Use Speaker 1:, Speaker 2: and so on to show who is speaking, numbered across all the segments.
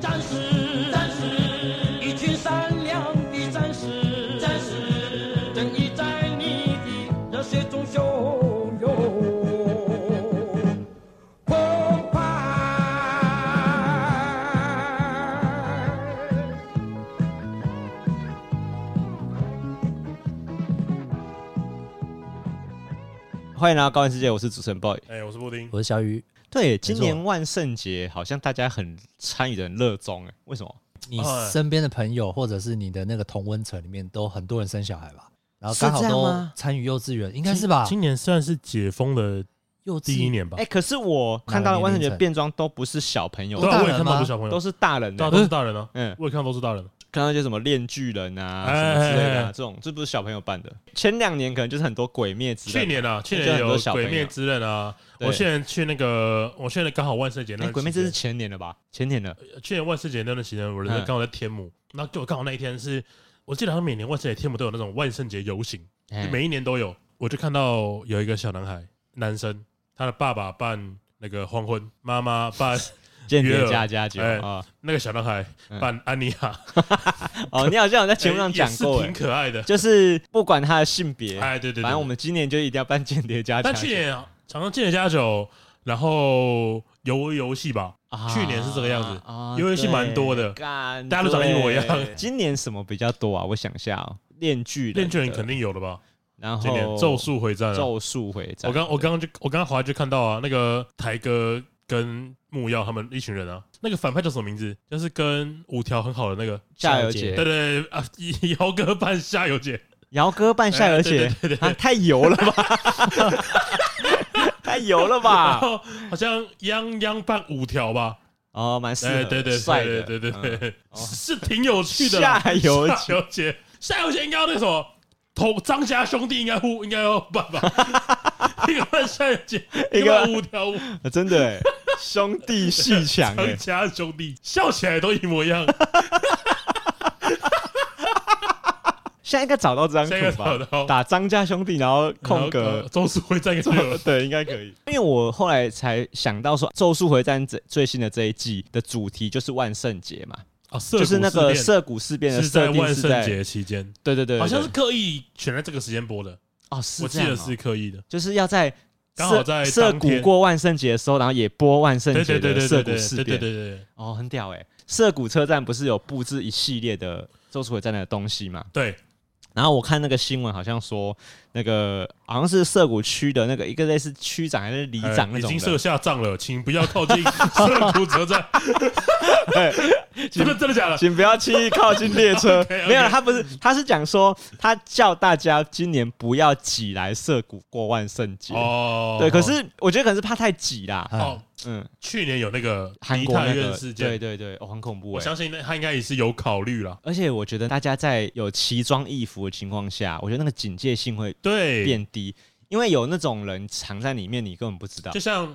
Speaker 1: 战士，战士，一群善良的战士，战士，正义在你的热血中汹涌澎湃。
Speaker 2: 欢迎来到高玩世界，我是主持人 boy。
Speaker 3: 哎、我是布丁，
Speaker 4: 我是小鱼，
Speaker 2: 对，今
Speaker 4: 错
Speaker 2: 年万圣节好像大家很参与的很热衷，哎，为什么？
Speaker 4: 你
Speaker 3: 哎
Speaker 4: 身边的朋友或者是你的那个同温层里面都很多人生小孩吧？然后
Speaker 2: 是
Speaker 4: 刚好
Speaker 2: 这样
Speaker 4: 都
Speaker 2: 吗
Speaker 4: 参与幼稚园，应该是吧？
Speaker 3: 今年算是解封的
Speaker 4: 幼稚
Speaker 3: 第一年吧
Speaker 2: 哎、？可是我看到的万圣节变装都不是小朋友
Speaker 4: 有
Speaker 3: 对，啊，
Speaker 4: 大
Speaker 3: 我也
Speaker 4: 人
Speaker 3: 看到
Speaker 4: 吗
Speaker 3: 不是小朋友，
Speaker 2: 都
Speaker 3: 是
Speaker 2: 是大人
Speaker 3: 大
Speaker 2: 的。
Speaker 3: 都是大人啊，
Speaker 2: 嗯，
Speaker 3: 我也看到都是大人啊。
Speaker 2: 看到一些什么恋巨人啊
Speaker 3: 哎
Speaker 2: 什么之类的、
Speaker 3: 哎
Speaker 2: 啊，
Speaker 3: 哎
Speaker 2: 这种这不是小朋友办的。前两年可能就是很多鬼灭之类的。
Speaker 3: 去年啊，去
Speaker 2: 就
Speaker 3: 年
Speaker 2: 很多
Speaker 3: 有
Speaker 2: 小
Speaker 3: 《
Speaker 2: 朋友
Speaker 3: 鬼灭之刃》啊，
Speaker 2: 对
Speaker 3: 我现在去那个，我现在刚好万圣节那
Speaker 2: 哎、
Speaker 3: 段
Speaker 2: 鬼灭
Speaker 3: 期
Speaker 2: 这
Speaker 3: 间
Speaker 2: 是前年了吧？前年了。
Speaker 3: 去年万圣节那段时间，我人
Speaker 2: 嗯
Speaker 3: 在刚好在天母，那就刚好那一天是，我记得好像每年万圣节天母都有那种万圣节游行，
Speaker 2: 哎
Speaker 3: 每一年都有。我就看到有一个小男孩，男生，他的爸爸办那个黄昏，妈妈办
Speaker 2: 间
Speaker 3: 约
Speaker 2: 谍
Speaker 3: 了
Speaker 2: 加加酒
Speaker 3: 哎
Speaker 2: 啊！
Speaker 3: 那个小男孩
Speaker 2: 嗯
Speaker 3: 办安妮亚，
Speaker 2: 哦，你好像有在节目上
Speaker 3: 哎
Speaker 2: 讲过、
Speaker 3: 也
Speaker 2: 哎
Speaker 3: 是挺可爱的。
Speaker 2: 就是不管他的性别，
Speaker 3: 哎，对对对，
Speaker 2: 反正我们今年就一定要办间谍加加
Speaker 3: 但
Speaker 2: 酒。
Speaker 3: 去年啊常常见了加酒，然后游游戏吧，
Speaker 2: 啊
Speaker 3: 去年是这个样子
Speaker 2: 啊
Speaker 3: 因为戏蛮多的
Speaker 2: 对干
Speaker 3: 大家都长得一模一样
Speaker 2: 对今年什么比较多啊？我想一下、哦，链锯
Speaker 3: 《恋巨人》肯
Speaker 2: 定，
Speaker 3: 定有了吧？
Speaker 2: 然
Speaker 3: 今年
Speaker 2: 后
Speaker 3: 《咒、术回战》啊，
Speaker 2: 咒术回战，
Speaker 3: 我刚我刚刚就我刚刚滑就看到啊，那个台哥跟木曜他们一群人啊，那个反派叫什么名字？就是跟五条很好的那个，
Speaker 2: 下游
Speaker 3: 对
Speaker 4: 对
Speaker 2: 姐，
Speaker 3: 对对啊， 姚哥扮夏油姐，
Speaker 2: 姚哥办下游
Speaker 3: 哎对
Speaker 2: 姐，啊太油了吧，太油了
Speaker 3: 然
Speaker 2: 吧，
Speaker 3: 后好像泱泱扮五条吧，
Speaker 2: 哦，蛮适合
Speaker 3: 哎，
Speaker 2: 的，
Speaker 3: 对对
Speaker 2: 帅
Speaker 3: 对
Speaker 2: 的，
Speaker 3: 对对对
Speaker 2: 嗯，
Speaker 3: 对，
Speaker 2: 哦
Speaker 3: 是是挺有趣的啦。
Speaker 2: 下游
Speaker 3: 夏油姐，夏油姐应该要那个什么，同张家兄弟应该互应该要办 吧，一个扮夏油姐，
Speaker 2: 一
Speaker 3: 一
Speaker 2: 个
Speaker 3: 个扮五条悟，
Speaker 2: 啊真的哎，兄弟戏强哎
Speaker 3: 张，家 兄弟笑起来都一模一样。
Speaker 2: 现在应该找到这张
Speaker 3: 下一个
Speaker 2: 图吧
Speaker 3: 找。到
Speaker 2: 打张家兄弟，然后啊空格。
Speaker 3: 周术呃会战给队 友
Speaker 2: 对，应该可以。因为我后来才想到说，《咒术回战》这最新的这一季的主题就是万圣节嘛，
Speaker 3: 啊，涩
Speaker 2: 就
Speaker 3: 谷
Speaker 2: 是那
Speaker 3: 事
Speaker 2: 个
Speaker 3: 变
Speaker 2: 涩谷事变的
Speaker 3: 是在
Speaker 2: 设定
Speaker 3: 万
Speaker 2: 是
Speaker 3: 圣
Speaker 2: 在，
Speaker 3: 节期间，
Speaker 2: 对对对，对
Speaker 3: 好像是
Speaker 2: 对
Speaker 3: 刻意选在这个时间播的，
Speaker 2: 哦，是
Speaker 3: 我
Speaker 2: 这
Speaker 3: 记
Speaker 2: 样
Speaker 3: 得
Speaker 2: 哦
Speaker 3: 是刻意的。
Speaker 2: 就是要在
Speaker 3: 刚好
Speaker 2: 涩
Speaker 3: 在
Speaker 2: 涩
Speaker 3: 当
Speaker 2: 谷
Speaker 3: 天
Speaker 2: 过万圣节的时候，然后也播万圣
Speaker 3: 对
Speaker 2: 节
Speaker 3: 对对
Speaker 2: 的
Speaker 3: 对
Speaker 2: 涩
Speaker 3: 对
Speaker 2: 谷
Speaker 3: 对
Speaker 2: 事
Speaker 3: 对对对
Speaker 2: 变，
Speaker 3: 对
Speaker 2: 哦，很屌哎！涩谷车站不是有布置一系列的《咒术回战》的东西嘛？
Speaker 3: 对，
Speaker 2: 然后我看那个新闻，好像说那个好像是涩谷区的那个一个类似区长还是里
Speaker 3: 呃
Speaker 2: 长那
Speaker 3: 已
Speaker 2: 种
Speaker 3: 经
Speaker 2: 的
Speaker 3: 设下帐了，请不要靠 近涩谷车站。真的真的假 的？
Speaker 2: 请不要轻易靠近列车。
Speaker 3: OK，OK
Speaker 2: 没有，他不是，他是讲说，他叫大家今年不要挤来涩谷过万圣节。
Speaker 3: 哦，
Speaker 2: 对，可是我觉得可能是怕太挤啦。
Speaker 4: 哎
Speaker 3: 哦，
Speaker 2: 嗯，
Speaker 3: 去年有那个
Speaker 2: 韩
Speaker 3: 梨
Speaker 2: 国那
Speaker 3: 泰
Speaker 2: 个
Speaker 3: 院事，
Speaker 2: 对
Speaker 3: 件，
Speaker 2: 对对，哦，很恐怖
Speaker 3: 我
Speaker 2: 哎。
Speaker 3: 相信那他应该也是有考虑了。
Speaker 2: 而且我觉得大家在有奇装异服的情况下，我觉得那个警戒性会
Speaker 3: 对，
Speaker 2: 变低，因为有那种人藏在里面，你根本不知道
Speaker 3: 就。像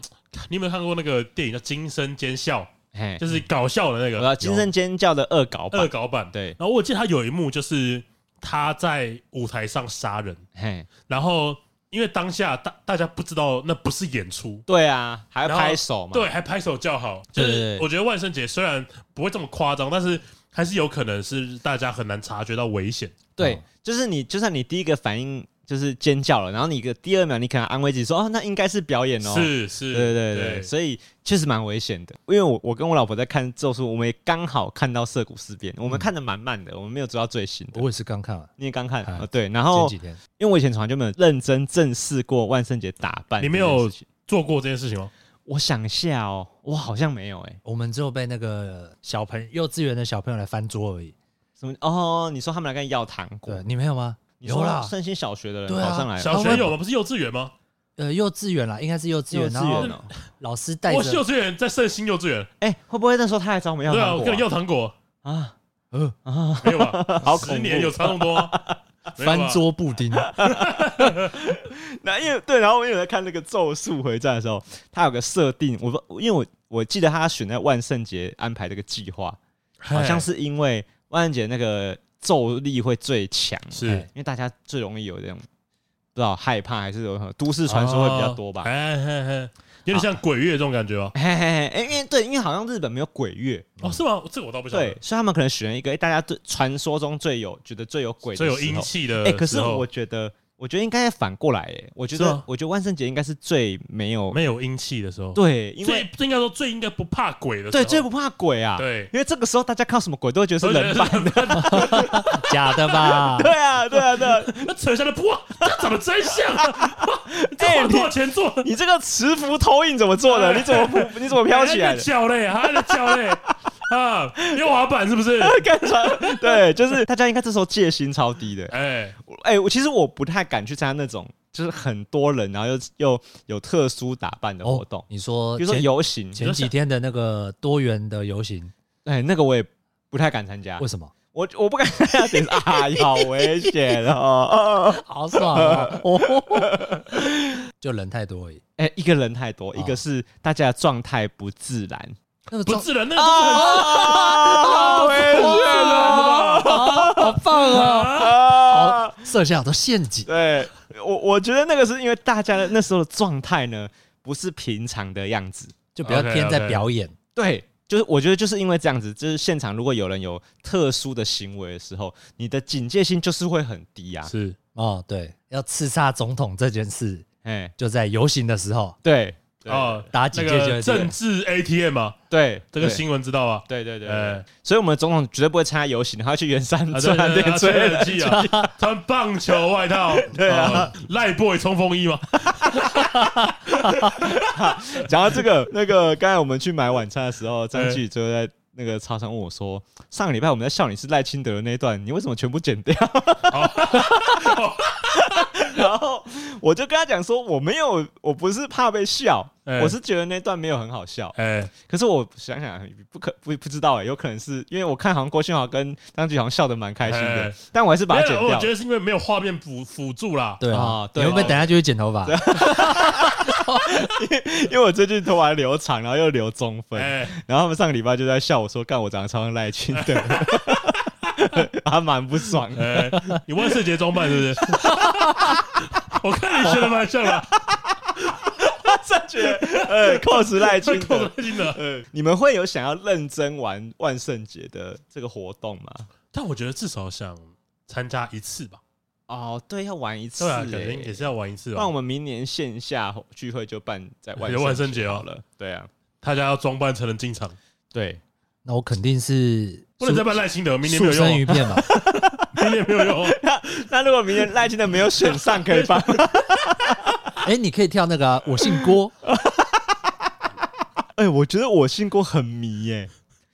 Speaker 3: 你有没有看过那个电影叫《惊声尖笑
Speaker 2: 嘿》，，啊
Speaker 3: 就是搞笑的那
Speaker 2: 我
Speaker 3: 个
Speaker 2: 要哎惊声尖叫的恶搞
Speaker 3: 恶
Speaker 2: 版，
Speaker 3: 搞版。
Speaker 2: 对，
Speaker 3: 然后我记得他有一幕就是他在舞台上杀人，
Speaker 2: 嘿，
Speaker 3: 然后因为当下大大家不知道那不是演出，
Speaker 2: 对啊，还要
Speaker 3: 然后
Speaker 2: 拍手嘛，
Speaker 3: 对，还拍手叫好。就
Speaker 2: 对对对
Speaker 3: 是我觉得万圣节虽然不会这么夸张，但是还是有可能是大家很难察觉到危险。
Speaker 2: 对，
Speaker 4: 哦
Speaker 2: 就是你，就算你第一个反应就是尖叫了，然后你个第二秒你可能安慰自己说，哦，那应该是表演哦。
Speaker 3: 是是，
Speaker 2: 对对对，所以确实蛮危险的。因为我我跟我老婆在看《咒术》，我们也刚好看到涩谷事变，我们看的蛮慢的，我们没有追到最新的
Speaker 4: 我。也是刚看完
Speaker 2: 你也刚看
Speaker 4: 哎
Speaker 2: 啊？对，然
Speaker 4: 前
Speaker 2: 后
Speaker 4: 几天，
Speaker 2: 因为我以前从来就没有认真正视过万圣节打扮这件事情，
Speaker 3: 你没有做过这件事情吗？
Speaker 2: 我想一下哦，我好像没有哎、
Speaker 4: 我们只有被那个小朋幼稚园的小朋友来翻桌而已。
Speaker 2: 什么？哦，你说他们来跟你要糖果
Speaker 4: 对，？你没有吗？
Speaker 2: 哦你
Speaker 4: 有
Speaker 2: 说
Speaker 4: 啦，
Speaker 2: 圣心小学的人
Speaker 4: 对啊
Speaker 2: 跑上来了，哦
Speaker 3: 小学有吗？不是幼稚园吗？
Speaker 4: 呃，幼稚园啦，应该是幼稚
Speaker 2: 幼
Speaker 4: 园，
Speaker 2: 稚园
Speaker 4: 然后
Speaker 2: 哦。
Speaker 4: 老师带
Speaker 3: 我是
Speaker 4: 着
Speaker 3: 幼，稚园，在圣心幼稚园。
Speaker 2: 哎，会不会那时候他来找我们要
Speaker 3: 对
Speaker 2: 糖
Speaker 3: 啊，
Speaker 2: 果啊？
Speaker 3: 我跟你要糖果，
Speaker 2: 啊，
Speaker 4: 呃，
Speaker 3: 没有吧？
Speaker 2: 好恐
Speaker 3: 十
Speaker 2: 怖！
Speaker 3: 年有差那么多吗？没有吧
Speaker 4: 翻桌布丁，
Speaker 2: 那因为对，然后我有在看那个《咒术回战》的时候，它有个设定，我不因为我我记得他选在万圣节安排这个计划，好像是因为万圣节那个咒力会最强，
Speaker 3: 是哦
Speaker 2: 因为大家
Speaker 3: 哦
Speaker 2: 最容易有这种不知道害怕还是有什么都市传说会比较多吧。啊
Speaker 3: 哎嘿嘿，有点像鬼月这种感觉吧？
Speaker 2: 嘿嘿嘿，哎因为对，因为好像日本没有鬼月，
Speaker 3: 哦，是吗？这个我倒不晓
Speaker 2: 对
Speaker 3: 得，，
Speaker 2: 所以他们可能选了一个哎大家最传说中最有觉得最有鬼的
Speaker 3: 所以有
Speaker 2: 时
Speaker 3: 阴
Speaker 2: 候
Speaker 3: 气的
Speaker 2: 哎、
Speaker 3: 时候。
Speaker 2: 可是我觉得，我觉得应该反过来，哎，我觉
Speaker 3: 是
Speaker 2: 得
Speaker 3: 吗，
Speaker 2: 我觉得万圣节应该是最没有
Speaker 3: 没有阴气的时候，
Speaker 2: 对，因
Speaker 3: 最
Speaker 2: 为
Speaker 3: 最应该说最应该不怕鬼的时候，
Speaker 2: 对最不怕鬼啊，，
Speaker 3: 对，
Speaker 2: 因为这个时候大家看到什么鬼都会觉得是
Speaker 3: 我觉得
Speaker 2: 人
Speaker 3: 是
Speaker 2: 扮的，
Speaker 4: 假的 吧？
Speaker 2: 对啊，对啊，对啊，
Speaker 3: 那扯下来，哇，这长得真像啊！这
Speaker 2: 哎
Speaker 3: 花
Speaker 2: 你
Speaker 3: 多少钱做的？
Speaker 2: 你这个磁浮投影怎么做的？你怎么浮 你怎么飘起来
Speaker 3: 还在
Speaker 2: 的？
Speaker 3: 哎叫嘞，还在叫嘞 啊！溜滑板是不 是？
Speaker 2: 干啥？对，就是大家应该这时候戒心超低的。
Speaker 3: 哎，
Speaker 2: 我哎、我其实我不太敢去参加那种就是很多人，然后又又有特殊打扮的
Speaker 3: 哦
Speaker 2: 活动，
Speaker 4: 哦你说
Speaker 2: 比如说
Speaker 4: 前
Speaker 2: 游行，
Speaker 4: 前几天的那个多元的游行，
Speaker 2: 哎、那个我也不太敢参加
Speaker 4: 为。什么？
Speaker 2: 我我不敢 参加点是啊，好危险哦！
Speaker 4: 好爽啊！ 哦 就人太多而已。
Speaker 2: 哎、一个人太多，一个是大家的状态不自然，
Speaker 4: 那个
Speaker 3: 不
Speaker 4: 状
Speaker 3: 自然，那 个不是很
Speaker 2: 啊，哦好危险哦！
Speaker 4: 啊，好棒啊！
Speaker 2: 啊，
Speaker 4: 好，设下好多陷阱。
Speaker 2: 对我我觉得那个是因为大家的那时候的状态呢，不是平常的样子，
Speaker 4: 就不要
Speaker 3: OK，
Speaker 4: 偏在
Speaker 3: OK
Speaker 4: 表演。
Speaker 2: 对。就是我觉得就是因为这样子，就是现场如果有人有特殊的行为的时候，你的警戒心就是会很低啊。
Speaker 3: 是
Speaker 4: 哦，对，要刺杀总统这件事，
Speaker 2: 哎，
Speaker 4: 就在游行的时候，
Speaker 2: 对，哦，
Speaker 3: 哦，
Speaker 4: 打警
Speaker 3: 那
Speaker 4: 戒就
Speaker 3: 个
Speaker 4: 会这
Speaker 3: 政
Speaker 4: 样
Speaker 3: 治 ATM 啊，
Speaker 2: 对，
Speaker 3: 这个
Speaker 2: 对
Speaker 3: 新闻知道啊。
Speaker 2: 对对对
Speaker 3: 哎
Speaker 2: 对，呃所以我们总统绝对不会参加游行，他会去圆山
Speaker 3: 啊，
Speaker 2: 吹
Speaker 3: 对对
Speaker 2: 冷
Speaker 3: 对，
Speaker 2: 电
Speaker 3: 啊
Speaker 2: 吹
Speaker 3: 吹
Speaker 2: 冷
Speaker 3: 冷 气啊，穿棒球外套，对啊，赖 boy 冲锋衣嘛，
Speaker 2: 气。讲到这个，那个刚才我们去买晚餐的时候，张继就在那个超商问我说：“上个礼拜我们在笑你是赖清德的那一段，你为什么全部剪掉？”
Speaker 3: 哦
Speaker 2: 然后我就跟他讲说：“我没有，我不是怕被笑，
Speaker 3: 哎
Speaker 2: 我是觉得那段没有很好笑。
Speaker 3: 哎，
Speaker 2: 可是我想想，不可不不知道哎、有可能是因为我看好像郭庆豪跟张继好像笑得蛮开心的
Speaker 3: 哎，
Speaker 2: 但我还是 把它剪
Speaker 3: 没有我
Speaker 2: 掉
Speaker 3: 觉。得是因为没有画面辅辅助啦，
Speaker 4: 对啊
Speaker 2: 啊，
Speaker 4: 你
Speaker 2: 对
Speaker 4: 会不会
Speaker 2: 哦
Speaker 4: 等下就去剪头发？
Speaker 2: 因为我最近头发留长，然后又留中分，
Speaker 3: 哎，
Speaker 2: 然后他们上个礼拜就在笑我说：“干我长得超像赖清德。” 还蛮不爽的。
Speaker 3: 哎，你万圣节装扮是不是？ 我看你学的蛮像 的，
Speaker 2: 正确， 呃，cos 赖清
Speaker 3: 扣
Speaker 2: 德
Speaker 3: 着。金的。
Speaker 2: 呃，你们会有想要认真玩万圣节的这个活动吗？
Speaker 3: 但我觉得至少想参加一次吧，
Speaker 2: 哦，对，要玩一次、
Speaker 3: 对啊，
Speaker 2: 欸，
Speaker 3: 肯定也是要玩一次
Speaker 2: 不然我
Speaker 3: 哦。
Speaker 2: 们明年线下聚会就办在万
Speaker 3: 有万圣节哦
Speaker 2: 好了。对啊，
Speaker 3: 大家要装扮才能进场，
Speaker 2: 对，
Speaker 4: 那我肯定是
Speaker 3: 不能再扮赖清德，明年没
Speaker 4: 素
Speaker 3: 有用
Speaker 4: 生鱼
Speaker 3: 哦，
Speaker 4: 片嘛。
Speaker 3: 明年没有用哦。
Speaker 2: 那如果明年赖清德没有选上，可以办吗？
Speaker 4: 哎，你可以跳那个啊我姓 郭，
Speaker 2: 哎、我觉得我姓郭很迷耶、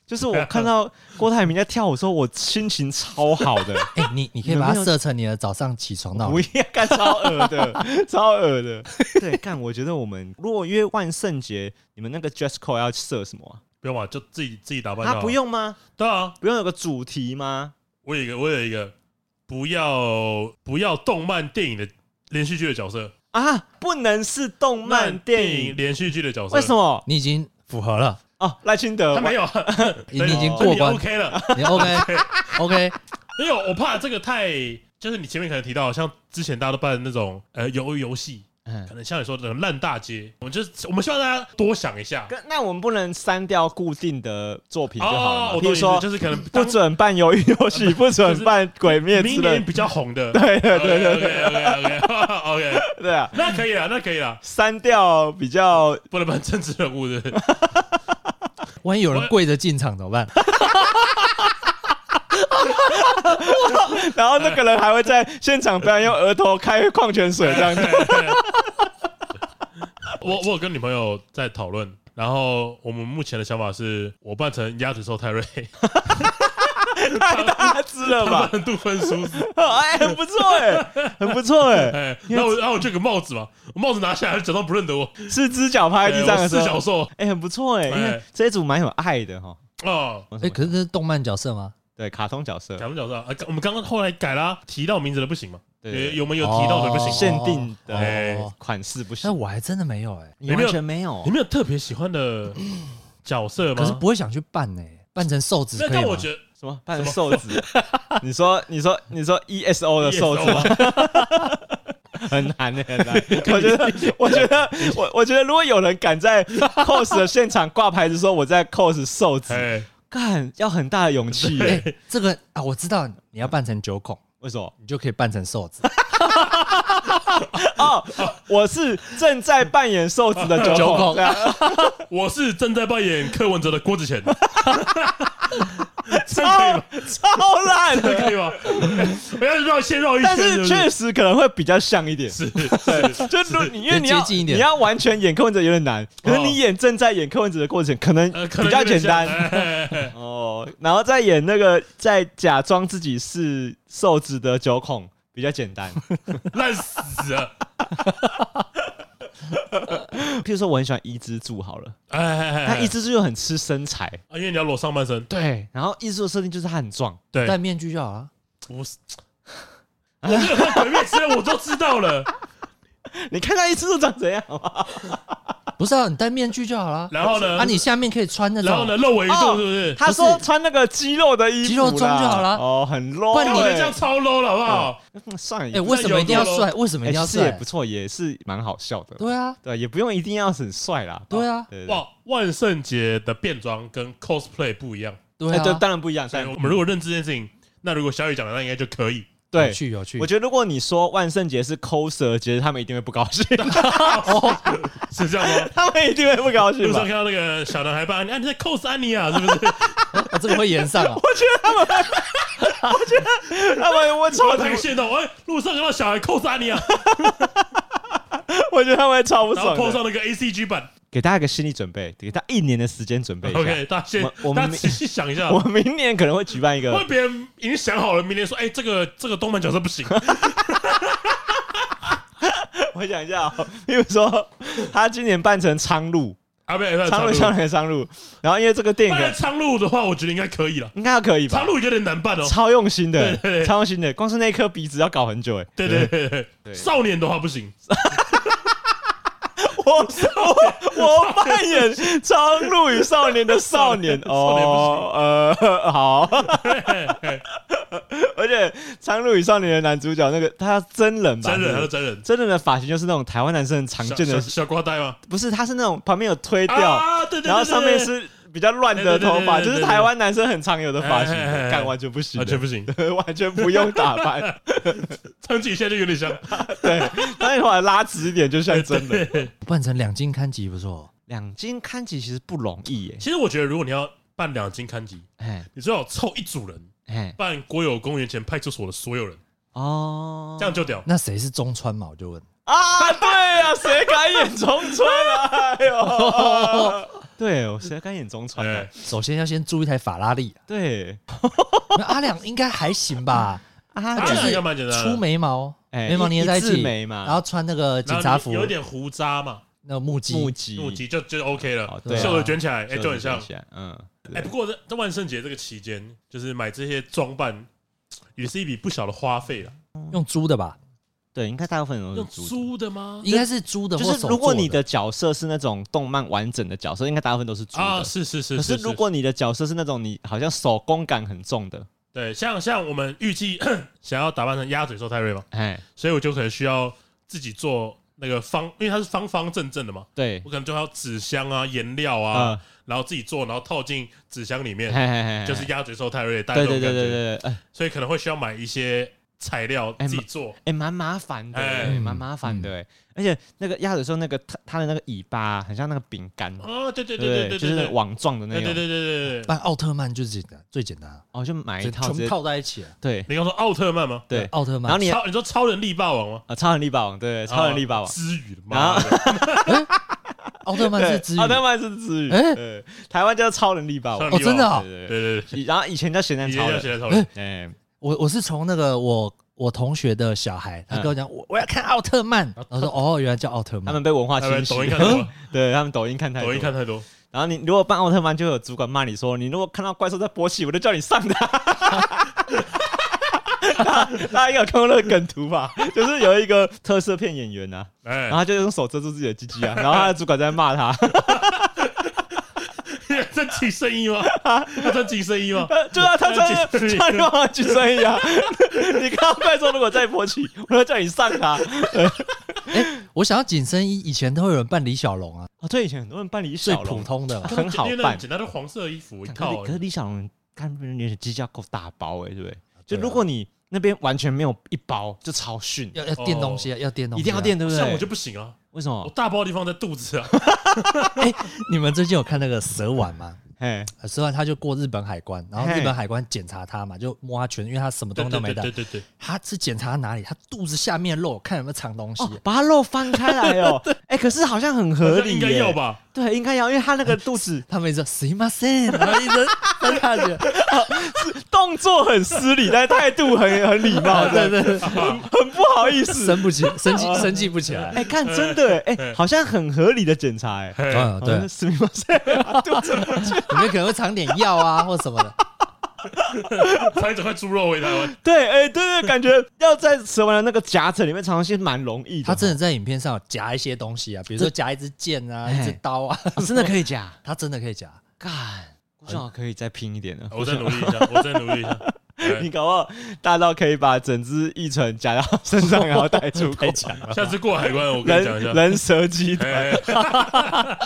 Speaker 2: 就是我看 到郭台铭在跳舞的时候，我心情超好 的。
Speaker 4: 哎，你你可以把它设成你的早上起床闹
Speaker 2: 不
Speaker 4: 钟。
Speaker 2: 要干超恶的， 超恶的。对， 干，我觉得我们如果约万圣节，你们那个 dress code 要设什么、
Speaker 3: 不用嘛，就自己自己打
Speaker 2: 啊？
Speaker 3: 扮就
Speaker 2: 啊，
Speaker 3: 好。
Speaker 2: 不，用吗？
Speaker 3: 对啊，
Speaker 2: 不用有个主题吗？
Speaker 3: 我有一个，我有一个，不要不要动漫电影的连续剧的角色，
Speaker 2: 啊，不能是动漫电影，
Speaker 3: 连续剧的角色，
Speaker 2: 为什？么？
Speaker 4: 你已经符合了，
Speaker 2: 哦，赖清德
Speaker 3: 他没有啊，
Speaker 4: 你你已经
Speaker 2: 哦
Speaker 4: 过
Speaker 3: 你
Speaker 4: 关，
Speaker 3: OK 了，
Speaker 4: 你 OK OK。
Speaker 3: 因为我我怕这个太，就是你前面可能提到，像之前大家都办那种呃鱿鱼游戏，
Speaker 2: 嗯
Speaker 3: 可能像你说的烂大街，我们就是我们希望大家多想一下。
Speaker 2: 跟那我们不能删掉固定的作品就好了嘛。
Speaker 3: 哦我
Speaker 2: 比如
Speaker 3: 懂你的意思
Speaker 2: 说，
Speaker 3: 就是可能
Speaker 2: 不准办鱿鱼游 戏，不准办鬼灭之
Speaker 3: 明年
Speaker 2: 刃，
Speaker 3: 比较红 的，
Speaker 2: 对对对对
Speaker 3: 对，OK OK OK，
Speaker 2: 对啊，
Speaker 3: 那可以了，那可以了，
Speaker 2: 删掉比较
Speaker 3: 不能办政治 人物的，
Speaker 4: 万一有人
Speaker 3: 我
Speaker 4: 跪着进场怎么办？
Speaker 2: 然后那个人还会在现场表演用额头开矿泉水 这样子。
Speaker 3: 我我有跟女朋友在讨论，然后我们目前的想法是我扮成鸭嘴兽泰瑞，
Speaker 2: 太大只了
Speaker 3: 他
Speaker 2: 吧？
Speaker 3: 扮杜芬叔子，
Speaker 2: 哎，很不错哎、很不错哎、
Speaker 3: 哎，然后我然后我就有个帽子嘛，我帽子拿下来，假装不认得我，
Speaker 2: 四只脚趴在地上
Speaker 3: 哎我
Speaker 2: 的时
Speaker 3: 四小
Speaker 2: 候，
Speaker 3: 兽
Speaker 2: 哎、很不错哎、因为
Speaker 3: 哎
Speaker 2: 这一组蛮有爱的哈。
Speaker 3: 哦。
Speaker 4: 哎，可是这是动漫角色吗？
Speaker 2: 对，卡通角色
Speaker 3: 假，不假设啊，我们刚刚后来改啦，提到名字的不行嘛？
Speaker 2: 对
Speaker 3: 有
Speaker 2: 对
Speaker 3: 有没有提到的不
Speaker 4: 哦
Speaker 3: 行？
Speaker 2: 限定的
Speaker 3: 哎
Speaker 2: 款式不
Speaker 4: 但
Speaker 2: 行，
Speaker 4: 我还真的没有哎，
Speaker 2: 你
Speaker 3: 没
Speaker 2: 完
Speaker 3: 有
Speaker 2: 全没哦有
Speaker 3: 你。没有特别喜欢的角色吗？
Speaker 4: 可是不会想去扮呢，扮成瘦子
Speaker 3: 那
Speaker 4: 可以
Speaker 3: 但
Speaker 4: 吗
Speaker 3: 我？觉得
Speaker 2: 什么 E 扮成瘦子？你说，你说，你说 ESO 的瘦子吗？很难的，很难。我觉得，我觉得，我我觉得，如果有人敢在 cos 的现场挂牌子说我在 cos 瘦子，
Speaker 3: 哎，
Speaker 2: 干要很大的勇气耶。
Speaker 4: 哎，这个啊，我知道你要扮成九孔，
Speaker 2: 为什么？
Speaker 4: 你就可以扮成瘦子。
Speaker 2: 哦，我是正在扮演瘦子的九
Speaker 4: 九
Speaker 2: 孔，
Speaker 4: 孔
Speaker 2: 对啊
Speaker 3: 我是正在扮演柯文哲的郭子乾，这样
Speaker 2: 超超烂
Speaker 3: 可以
Speaker 2: 的，
Speaker 3: 吗？可以吗？ 不要绕先绕一圈，
Speaker 2: 但是
Speaker 3: 对
Speaker 2: 确实可能会比较像一点。
Speaker 3: 不对是 是
Speaker 2: 就如你因为你
Speaker 4: 更
Speaker 2: 要
Speaker 4: 接近一点
Speaker 2: 你要完全演柯文哲有点难，可是你演正在演柯文哲的过程，可能
Speaker 3: 呃，可能
Speaker 2: 比较
Speaker 3: 有点
Speaker 2: 简单
Speaker 3: 像。哎哎哎
Speaker 2: 哦，然后再演那个在假装自己是瘦子的九孔，比较简单。
Speaker 3: 烂死了，
Speaker 2: 譬如说，我很喜欢伊之助好了，
Speaker 3: 哎哎哎，
Speaker 2: 他伊之助又很吃身材，
Speaker 3: 啊因为你要裸上半身，
Speaker 2: 对，然后伊之助的设定就是他很壮，
Speaker 3: 对，
Speaker 4: 戴面具就好了。
Speaker 3: 我是，我没有看鬼灭之刃，我都知道了。
Speaker 2: 你看看伊之助长怎样好不好
Speaker 4: 不是啊，你戴面具就好了。
Speaker 3: 然后呢？
Speaker 4: 啊，你下面可以穿那
Speaker 3: 然后
Speaker 4: 种，
Speaker 3: 呢？露尾
Speaker 2: 哦
Speaker 3: 度是不是？
Speaker 2: 他说穿那个肌肉的衣服啦，
Speaker 4: 肌肉装就好了
Speaker 2: 哦，很
Speaker 4: 不
Speaker 2: low，
Speaker 4: 然
Speaker 3: 那
Speaker 4: 你
Speaker 3: 我觉得这
Speaker 2: 欸
Speaker 3: 样超 low 了，好不好？
Speaker 2: 嗯算
Speaker 4: 哎，
Speaker 2: 了，
Speaker 4: 为什么一定要帅？为什么一
Speaker 2: 哎
Speaker 4: 定要
Speaker 2: 其实也
Speaker 4: 帅
Speaker 2: 不？错，也是蛮好笑的。
Speaker 4: 对啊，
Speaker 2: 对，也不用一定要很帅啦。
Speaker 4: 对
Speaker 2: 哦
Speaker 4: 啊，
Speaker 2: 对对对
Speaker 3: 哇，万圣节的变装跟 cosplay 不一样，
Speaker 4: 对
Speaker 2: 哎对，
Speaker 4: 啊，
Speaker 2: 当然不一样。
Speaker 3: 所以
Speaker 2: 但
Speaker 3: 我们如果认知这件事情，那如果小雨讲的，那应该就可 以。
Speaker 2: 对
Speaker 4: 有，趣有趣
Speaker 2: 我。觉得如果你说万圣节是 coser 节，他们一定会不高 兴，？
Speaker 3: 是这样吗
Speaker 2: 他们一定会不高兴
Speaker 3: 路上
Speaker 2: 吧
Speaker 3: 看？到那个小男孩扮安妮，啊，你在 cos 安妮啊，是 不是？
Speaker 4: 啊，这个会延上啊。
Speaker 2: 他们会超
Speaker 3: 我太炫动，哎，路上看到小孩 cos 安 妮啊，
Speaker 2: 我觉得他们会超不
Speaker 3: 然后
Speaker 2: 爽
Speaker 3: po
Speaker 2: 的。
Speaker 3: 上那个 A C G 版。
Speaker 2: 给大家一个心理准备，给他一年的时间准备一下。
Speaker 3: OK，大啊家先
Speaker 2: 我我，们
Speaker 3: 大家仔细想一下
Speaker 2: 我，明年可能会举办一
Speaker 3: 万
Speaker 2: 个
Speaker 3: 一别人已经想好了，明天说，哎，这个这个动漫角色 不行，
Speaker 2: 我想一下、哦，比如说他今年扮成苍鹭，
Speaker 3: 啊，不要不要，
Speaker 2: 苍鹭像那个苍鹭，然后因为这个电影
Speaker 3: 扮
Speaker 2: 可
Speaker 3: 成苍鹭的话，我觉得应该可以了。
Speaker 2: 应该要可以吧
Speaker 3: 苍？鹭有点难办哦。
Speaker 2: 超用心的，
Speaker 3: 对对对
Speaker 2: 超用心的，光是那颗鼻子要搞很久哎、
Speaker 3: 对对对对
Speaker 2: 对
Speaker 3: 对，少年的话不行，
Speaker 2: 我我我扮演《苍鹭与少年》的 少年哦，呃，好， 而且《苍鹭与少年》的男主角那个他真人吧，
Speaker 3: 真人
Speaker 2: 是
Speaker 3: 还
Speaker 2: 不是
Speaker 3: 是真人？
Speaker 2: 真人的发型就是那种台湾男生很常
Speaker 3: 小
Speaker 2: 见的
Speaker 3: 小，小瓜呆吗？
Speaker 2: 不是，他是那种旁边有推掉，
Speaker 3: 啊，对对对，
Speaker 2: 然后
Speaker 3: 对
Speaker 2: 上面
Speaker 3: 对
Speaker 2: 是比较乱的头发，
Speaker 3: 对对对对对
Speaker 2: 就是台湾男生很常有的发型，
Speaker 3: 哎哎哎哎
Speaker 2: 干完全不行
Speaker 3: 完
Speaker 2: 的
Speaker 3: 全。不行，
Speaker 2: 完全不用打 扮，
Speaker 3: 苍井现在就有点像
Speaker 2: 对，那你把它拉直一点，就像真人。
Speaker 3: 人。
Speaker 4: 扮成两金刊集不错，
Speaker 2: 两金看起其实不容易耶，
Speaker 3: 其实我觉得，如果你要办两金刊集，
Speaker 2: 哎
Speaker 3: 你最好凑一组人
Speaker 2: 哎
Speaker 3: 办国有公园前派出所的所有人，
Speaker 2: 哦，
Speaker 3: 这样就屌。
Speaker 4: 那谁是中川嘛？我就问。
Speaker 2: 啊，对啊，谁敢演中川啊？哎呦，对，我谁敢演中川啊
Speaker 3: 哎？，
Speaker 4: 首先要先租一台法拉利啊、
Speaker 2: 对
Speaker 4: 那阿良应该还行吧？
Speaker 2: 啊
Speaker 3: 当
Speaker 4: 就
Speaker 3: 然
Speaker 4: 是
Speaker 3: 要蛮简单的
Speaker 4: 粗，眉毛，
Speaker 2: 哎
Speaker 4: 眉毛
Speaker 2: 一
Speaker 4: 粘在一
Speaker 2: 一字
Speaker 4: 起，
Speaker 2: 眉嘛
Speaker 4: 然后穿那个警
Speaker 3: 然
Speaker 4: 察
Speaker 3: 后
Speaker 4: 服
Speaker 3: 你，有一点胡渣嘛，
Speaker 4: 那个木屐，
Speaker 2: 木屐，
Speaker 3: 目击就就 OK
Speaker 2: 哦
Speaker 3: 了，
Speaker 2: 对
Speaker 4: 啊
Speaker 3: 袖子卷起来，哎，就很像
Speaker 2: 秀。起来，嗯，
Speaker 3: 哎，不过在在万圣节这个期间，就是买这些装扮。也是一笔不小的花费了，
Speaker 4: 用租的吧？
Speaker 2: 对，应该大部分人都
Speaker 3: 用
Speaker 2: 是猪。
Speaker 3: 租的吗？
Speaker 4: 应该是租的或
Speaker 2: 就
Speaker 4: 手
Speaker 2: 是
Speaker 4: 做
Speaker 2: 如果你的角色是那种动漫完整的角色，应该大部分都是猪
Speaker 3: 啊，
Speaker 2: 的。
Speaker 3: 是是是。
Speaker 2: 可是如果你的角色是那种你好像手工感很重的，
Speaker 3: 对，像像我们预计 想要打扮成鸭嘴兽泰瑞嘛，
Speaker 2: 哎，
Speaker 3: 所以我就可能需要自己做那个方，因为它是方方正正的嘛，
Speaker 2: 对
Speaker 3: 我，可能就要纸箱啊、颜料啊，
Speaker 2: 啊，
Speaker 3: 然后自己做，然后套进纸箱里
Speaker 2: 嘿
Speaker 3: 面，
Speaker 2: 嘿嘿嘿
Speaker 3: 就是鸭嘴兽泰瑞带这
Speaker 2: 对对对
Speaker 3: 种感
Speaker 2: 对
Speaker 3: 觉，
Speaker 2: 对，哎
Speaker 3: 所以可能会需要买一些材料
Speaker 2: 哎
Speaker 3: 自己做，
Speaker 2: 哎，蛮麻烦的，
Speaker 3: 哎
Speaker 2: 哎蛮
Speaker 4: 嗯
Speaker 2: 麻烦的，哎而且那个鸭嘴兽那个它它的那个尾巴很像那个饼干，
Speaker 3: 啊，对对
Speaker 2: 对
Speaker 3: 对
Speaker 2: 对
Speaker 3: 对
Speaker 2: 就是那
Speaker 3: 对
Speaker 2: 个，网状的那
Speaker 3: 对对对
Speaker 2: 种，啊
Speaker 3: 对对对对，
Speaker 4: 扮奥特曼就是简单，最简单啊，
Speaker 2: 哦，就买一
Speaker 4: 就
Speaker 2: 套
Speaker 4: 全
Speaker 2: 直
Speaker 4: 部
Speaker 2: 接
Speaker 4: 套在一起啊。
Speaker 2: 对
Speaker 3: 你刚说奥特曼吗？
Speaker 2: 对，
Speaker 4: 奥特
Speaker 2: 然
Speaker 4: 曼，
Speaker 2: 后你
Speaker 3: 超你说超人力霸王吗？
Speaker 2: 啊，超人力霸王，对，超人力霸王
Speaker 3: 啊，之语的，妈的，
Speaker 4: 奥特曼是
Speaker 2: 对
Speaker 4: 之语
Speaker 2: 奥特哦曼是之语，
Speaker 4: 哎
Speaker 2: 对，台湾叫超人力霸王
Speaker 3: 超，人
Speaker 4: 哦，
Speaker 3: 力霸王
Speaker 4: 真的啊，
Speaker 2: 对
Speaker 3: 对
Speaker 2: 对
Speaker 3: 对
Speaker 2: 对，
Speaker 3: 对，
Speaker 2: 然后以前叫咸蛋
Speaker 3: 你
Speaker 2: 超
Speaker 3: 要
Speaker 2: 人，
Speaker 3: 写在超人，
Speaker 2: 哎，
Speaker 4: 我我是从那个我我同学的小孩，他跟我讲我我要看奥特曼，然 后说哦，原来叫奥特
Speaker 2: 嗯他
Speaker 4: 曼，
Speaker 2: 们被文化
Speaker 3: 他们
Speaker 2: 侵
Speaker 3: 抖音
Speaker 2: 蚀
Speaker 3: 看，多了，
Speaker 2: 对他们抖音看哎太多
Speaker 3: 抖音，看太多，
Speaker 2: 然后你如果扮奥特曼，就有主管骂你说，你如果看到怪兽在勃起，我就叫你上 他。大家大家应该有看过那个梗图吧？就是有一个特色片演员啊，
Speaker 3: 哎
Speaker 2: 然 后，他就用手遮住自己的鸡鸡啊，然后他的主管在骂他，
Speaker 3: 这紧身衣 吗？他穿紧身衣吗？
Speaker 2: 呃就是他他穿
Speaker 3: 他紧身衣
Speaker 2: 穿就往紧身衣啊！ 你看到怪兽如果再勃起，我要叫你上他。
Speaker 4: 我想要紧身衣，以前都会有人扮李小龙啊，
Speaker 2: 哦，对，以前很多人扮李
Speaker 4: 最
Speaker 2: 小
Speaker 4: 普
Speaker 2: 龙，
Speaker 4: 通的嘛。
Speaker 2: 很好
Speaker 3: 因为那
Speaker 2: 办
Speaker 3: 很。简单的黄色衣服一
Speaker 2: 可
Speaker 3: 套
Speaker 2: 是可，是李小龙看别人也是机架够大包哎、对不对？就
Speaker 4: 对啊
Speaker 2: 如果你那边完全没有一包，就超逊，
Speaker 4: 要要垫东西啊，要垫东西啊，
Speaker 2: 一定要垫，对不对？哦
Speaker 3: 像我就不行啊，
Speaker 2: 为什
Speaker 3: 我
Speaker 2: 么？
Speaker 3: 大包的地方在肚子 啊，
Speaker 4: 你们最近有看那个蛇丸吗？
Speaker 2: 哎，
Speaker 4: 呃蛇丸他就过日本海关，然后
Speaker 2: 嘿
Speaker 4: 日本海关检查他嘛，就摸他全身，因为他什么东
Speaker 3: 对
Speaker 4: 西
Speaker 3: 对
Speaker 4: 都没
Speaker 3: 对
Speaker 4: 带
Speaker 3: 对。对对，
Speaker 4: 他是检查哪里？他肚子下面肉，看有没有藏东西。
Speaker 2: 哦，把它肉翻开来 哦，哎，可是好像很合
Speaker 3: 好像
Speaker 2: 理，
Speaker 3: 应该要？吧？
Speaker 2: 对，应该要，因为他那个肚子
Speaker 4: 他们一直谁嘛谁，然后一直分下去。
Speaker 2: 动作很失礼，但是态度很很礼貌，
Speaker 4: 对
Speaker 2: 对，
Speaker 4: 对对，
Speaker 2: 很不好意 思。
Speaker 4: 生不起，生气生气不起来。
Speaker 2: 哎，看真的，哎，
Speaker 3: 哎
Speaker 2: 好像很合理的检查，哎，
Speaker 3: 嘿
Speaker 4: 嗯，对，
Speaker 2: 是吗？ 肚子
Speaker 4: 里面可能会藏点药啊或什 么的。
Speaker 3: 藏一整块猪肉回台湾，
Speaker 2: 对，哎，对对，感觉要在蛇丸的那个夹层里面藏东西蛮容易的，
Speaker 4: 他真的在影片上有夹一些东西啊，比如说夹一支箭啊，
Speaker 2: 嘿
Speaker 4: 一支刀啊，
Speaker 2: 哦真的可以夹，
Speaker 4: 他真的可以夹。
Speaker 2: 干，郭正好可以再拼一点了。
Speaker 3: 哦我再努力一 下，我再努力一下。
Speaker 2: 你
Speaker 3: 哎
Speaker 2: 搞不好大到可以把整只异唇夹到身上， 然后带出国，
Speaker 3: 下次过海关，我跟你讲一
Speaker 2: 人。
Speaker 3: 下
Speaker 2: 人蛇鸡腿。
Speaker 3: 哎，哎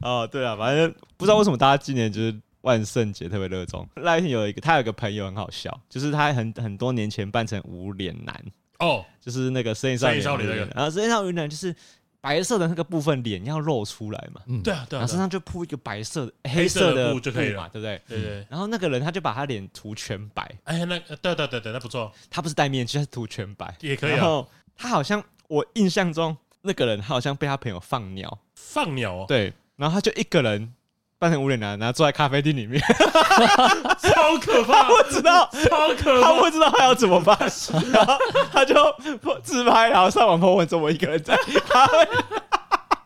Speaker 2: 哦，对啊，反正不知道为什么大家今年就是万圣节特别热衷。赖廷有一个，他有个朋友很好笑，就是他很很多年前扮成无脸男，
Speaker 3: 哦，
Speaker 2: 就是那个《生意少女》
Speaker 3: 生意少女那个
Speaker 2: 然后《生意少女》呢，就是白色的那个部分脸要露出来嘛，
Speaker 4: 嗯，
Speaker 3: 对，啊，对
Speaker 2: 然
Speaker 3: 啊，
Speaker 2: 后身
Speaker 3: 对啊
Speaker 2: 上就铺一个白色的
Speaker 3: 黑色
Speaker 2: 色
Speaker 3: 的布
Speaker 2: 布
Speaker 3: 就可以
Speaker 2: 嘛，
Speaker 3: 了
Speaker 2: 对不对？
Speaker 3: 对对，
Speaker 2: 然后那个人他就把他脸涂全白，
Speaker 3: 哎，那个对对对对，那不错，
Speaker 2: 他不是戴面具，他是涂全白。
Speaker 3: 也可以
Speaker 2: 然
Speaker 3: 啊。
Speaker 2: 后他好像我印象中那个人，他好像被他朋友放鸟，
Speaker 3: 放鸟哦，
Speaker 2: 对，然后他就一个人扮成无脸男，然后坐在咖啡厅里面，
Speaker 3: 超 可怕，
Speaker 2: 不知道。
Speaker 3: 超 可
Speaker 2: 他
Speaker 3: 怕。
Speaker 2: 不知道他要怎么 办，然后他就自拍，然后上网 po 文，说我一个人在咖啡。